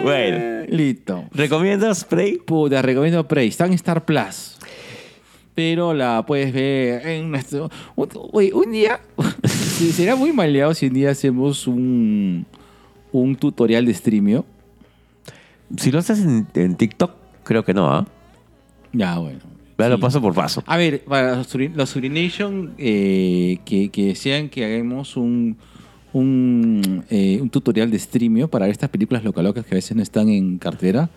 Speaker 2: Bueno,
Speaker 1: Listo.
Speaker 2: ¿recomiendas Prey?
Speaker 1: Puta, recomiendo Prey. Está en Star Plus. Pero la puedes ver en nuestro. Un, oye, un día. [LAUGHS] sí, Será muy maleado si un día hacemos un, un tutorial de streamio.
Speaker 2: Si lo haces en, en TikTok, creo que no, ¿ah?
Speaker 1: Ya, bueno.
Speaker 2: Véalo
Speaker 1: Sí.
Speaker 2: paso por paso.
Speaker 1: A ver, para los, Suri- los Surination eh, que, que desean que hagamos un, un, eh, un tutorial de streamio para ver estas películas localocas que a veces no están en cartera.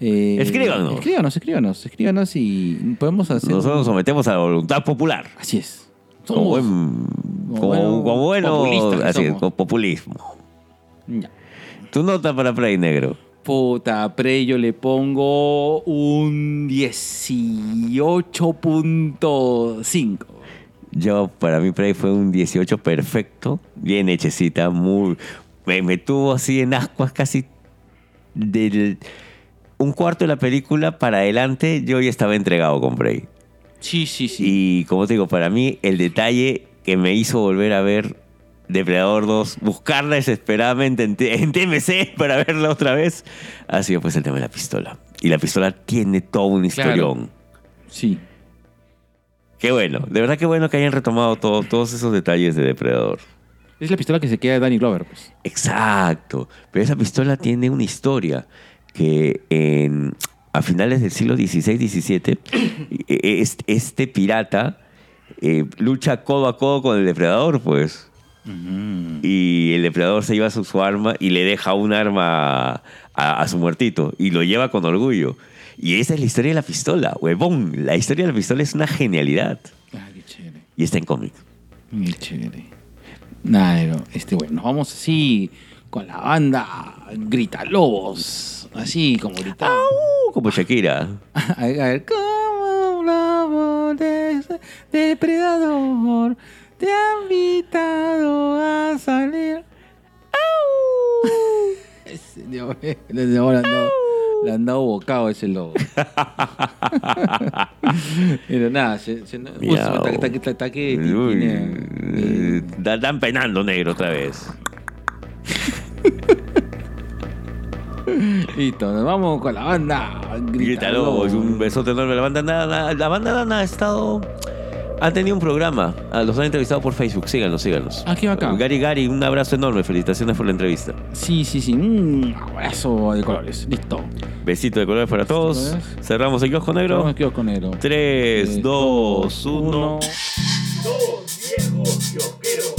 Speaker 1: eh,
Speaker 2: Escríbanos.
Speaker 1: Escríbanos, escríbanos, escríbanos y podemos hacer.
Speaker 2: Nosotros nos sometemos a la voluntad popular.
Speaker 1: Así es.
Speaker 2: Como
Speaker 1: Somos-
Speaker 2: buen,
Speaker 1: como
Speaker 2: como,
Speaker 1: buenos
Speaker 2: como bueno,
Speaker 1: populistas que
Speaker 2: así,
Speaker 1: somos.
Speaker 2: con populismo.
Speaker 1: Ya.
Speaker 2: Tu nota para Play Negro.
Speaker 1: Puta, pre, yo le pongo un 18.5.
Speaker 2: Yo, para mí, Prey fue un 18 perfecto, bien hechecita, muy. Me, me tuvo así en ascuas casi del. Un cuarto de la película para adelante, yo ya estaba entregado con Prey.
Speaker 1: Sí, sí, sí.
Speaker 2: Y como te digo, para mí, el detalle que me hizo volver a ver Depredador 2, buscarla desesperadamente en, T- en TMC [LAUGHS] para verla otra vez, ha sido pues el tema de la pistola. Y la pistola tiene todo un
Speaker 1: Claro.
Speaker 2: historión.
Speaker 1: Sí.
Speaker 2: Qué bueno, de verdad qué bueno que hayan retomado todo- todos esos detalles de Depredador.
Speaker 1: Es la pistola que se queda de Danny Glover, pues.
Speaker 2: Exacto, pero esa pistola tiene una historia que en, a finales del siglo XVI-XVII este, este pirata eh, lucha codo a codo con el depredador, pues. Y el depredador se lleva su, su arma y le deja un arma a, a su muertito y lo lleva con orgullo. Y esa es la historia de la pistola, huevón. La historia de la pistola es una genialidad
Speaker 1: Ah, qué chévere.
Speaker 2: y está en cómic.
Speaker 1: Muy chévere. Nada, pero, este, bueno, nos vamos así con la banda Grita Lobos. Así como gritaba.
Speaker 2: ¡Au! Uh, Como Shakira.
Speaker 1: [LAUGHS] A ver, a ver, como un lobo des- depredador te ha invitado a salir. ¡Au! [LAUGHS] Ese Dios mío, ese lobo le han dado- le han dado bocado a ese lobo. [LAUGHS] Pero nada, se, se, uy, se-
Speaker 2: Miau.
Speaker 1: está, está- está- está que
Speaker 2: Uy,
Speaker 1: tiene-
Speaker 2: eh, da- Dan penando negro otra vez.
Speaker 1: Listo, nos vamos con la banda.
Speaker 2: Grita Lobos, un besote enorme a la banda Nada. Nada. La banda Nada ha estado. Ha tenido un programa. Ah, Los han entrevistado por Facebook. Síganlos, síganlos.
Speaker 1: Ah, qué bacán.
Speaker 2: Gary Gary, un abrazo enorme. Felicitaciones por la entrevista.
Speaker 1: Sí, sí, sí. Un abrazo de colores. Listo.
Speaker 2: Besito de colores para todos.
Speaker 1: Colores.
Speaker 2: Cerramos el kiosco negro.
Speaker 1: Vamos que con negro.
Speaker 2: 3,
Speaker 1: Tres,
Speaker 2: 2, 1.
Speaker 1: uno.
Speaker 9: Dos viejos kiosqueros.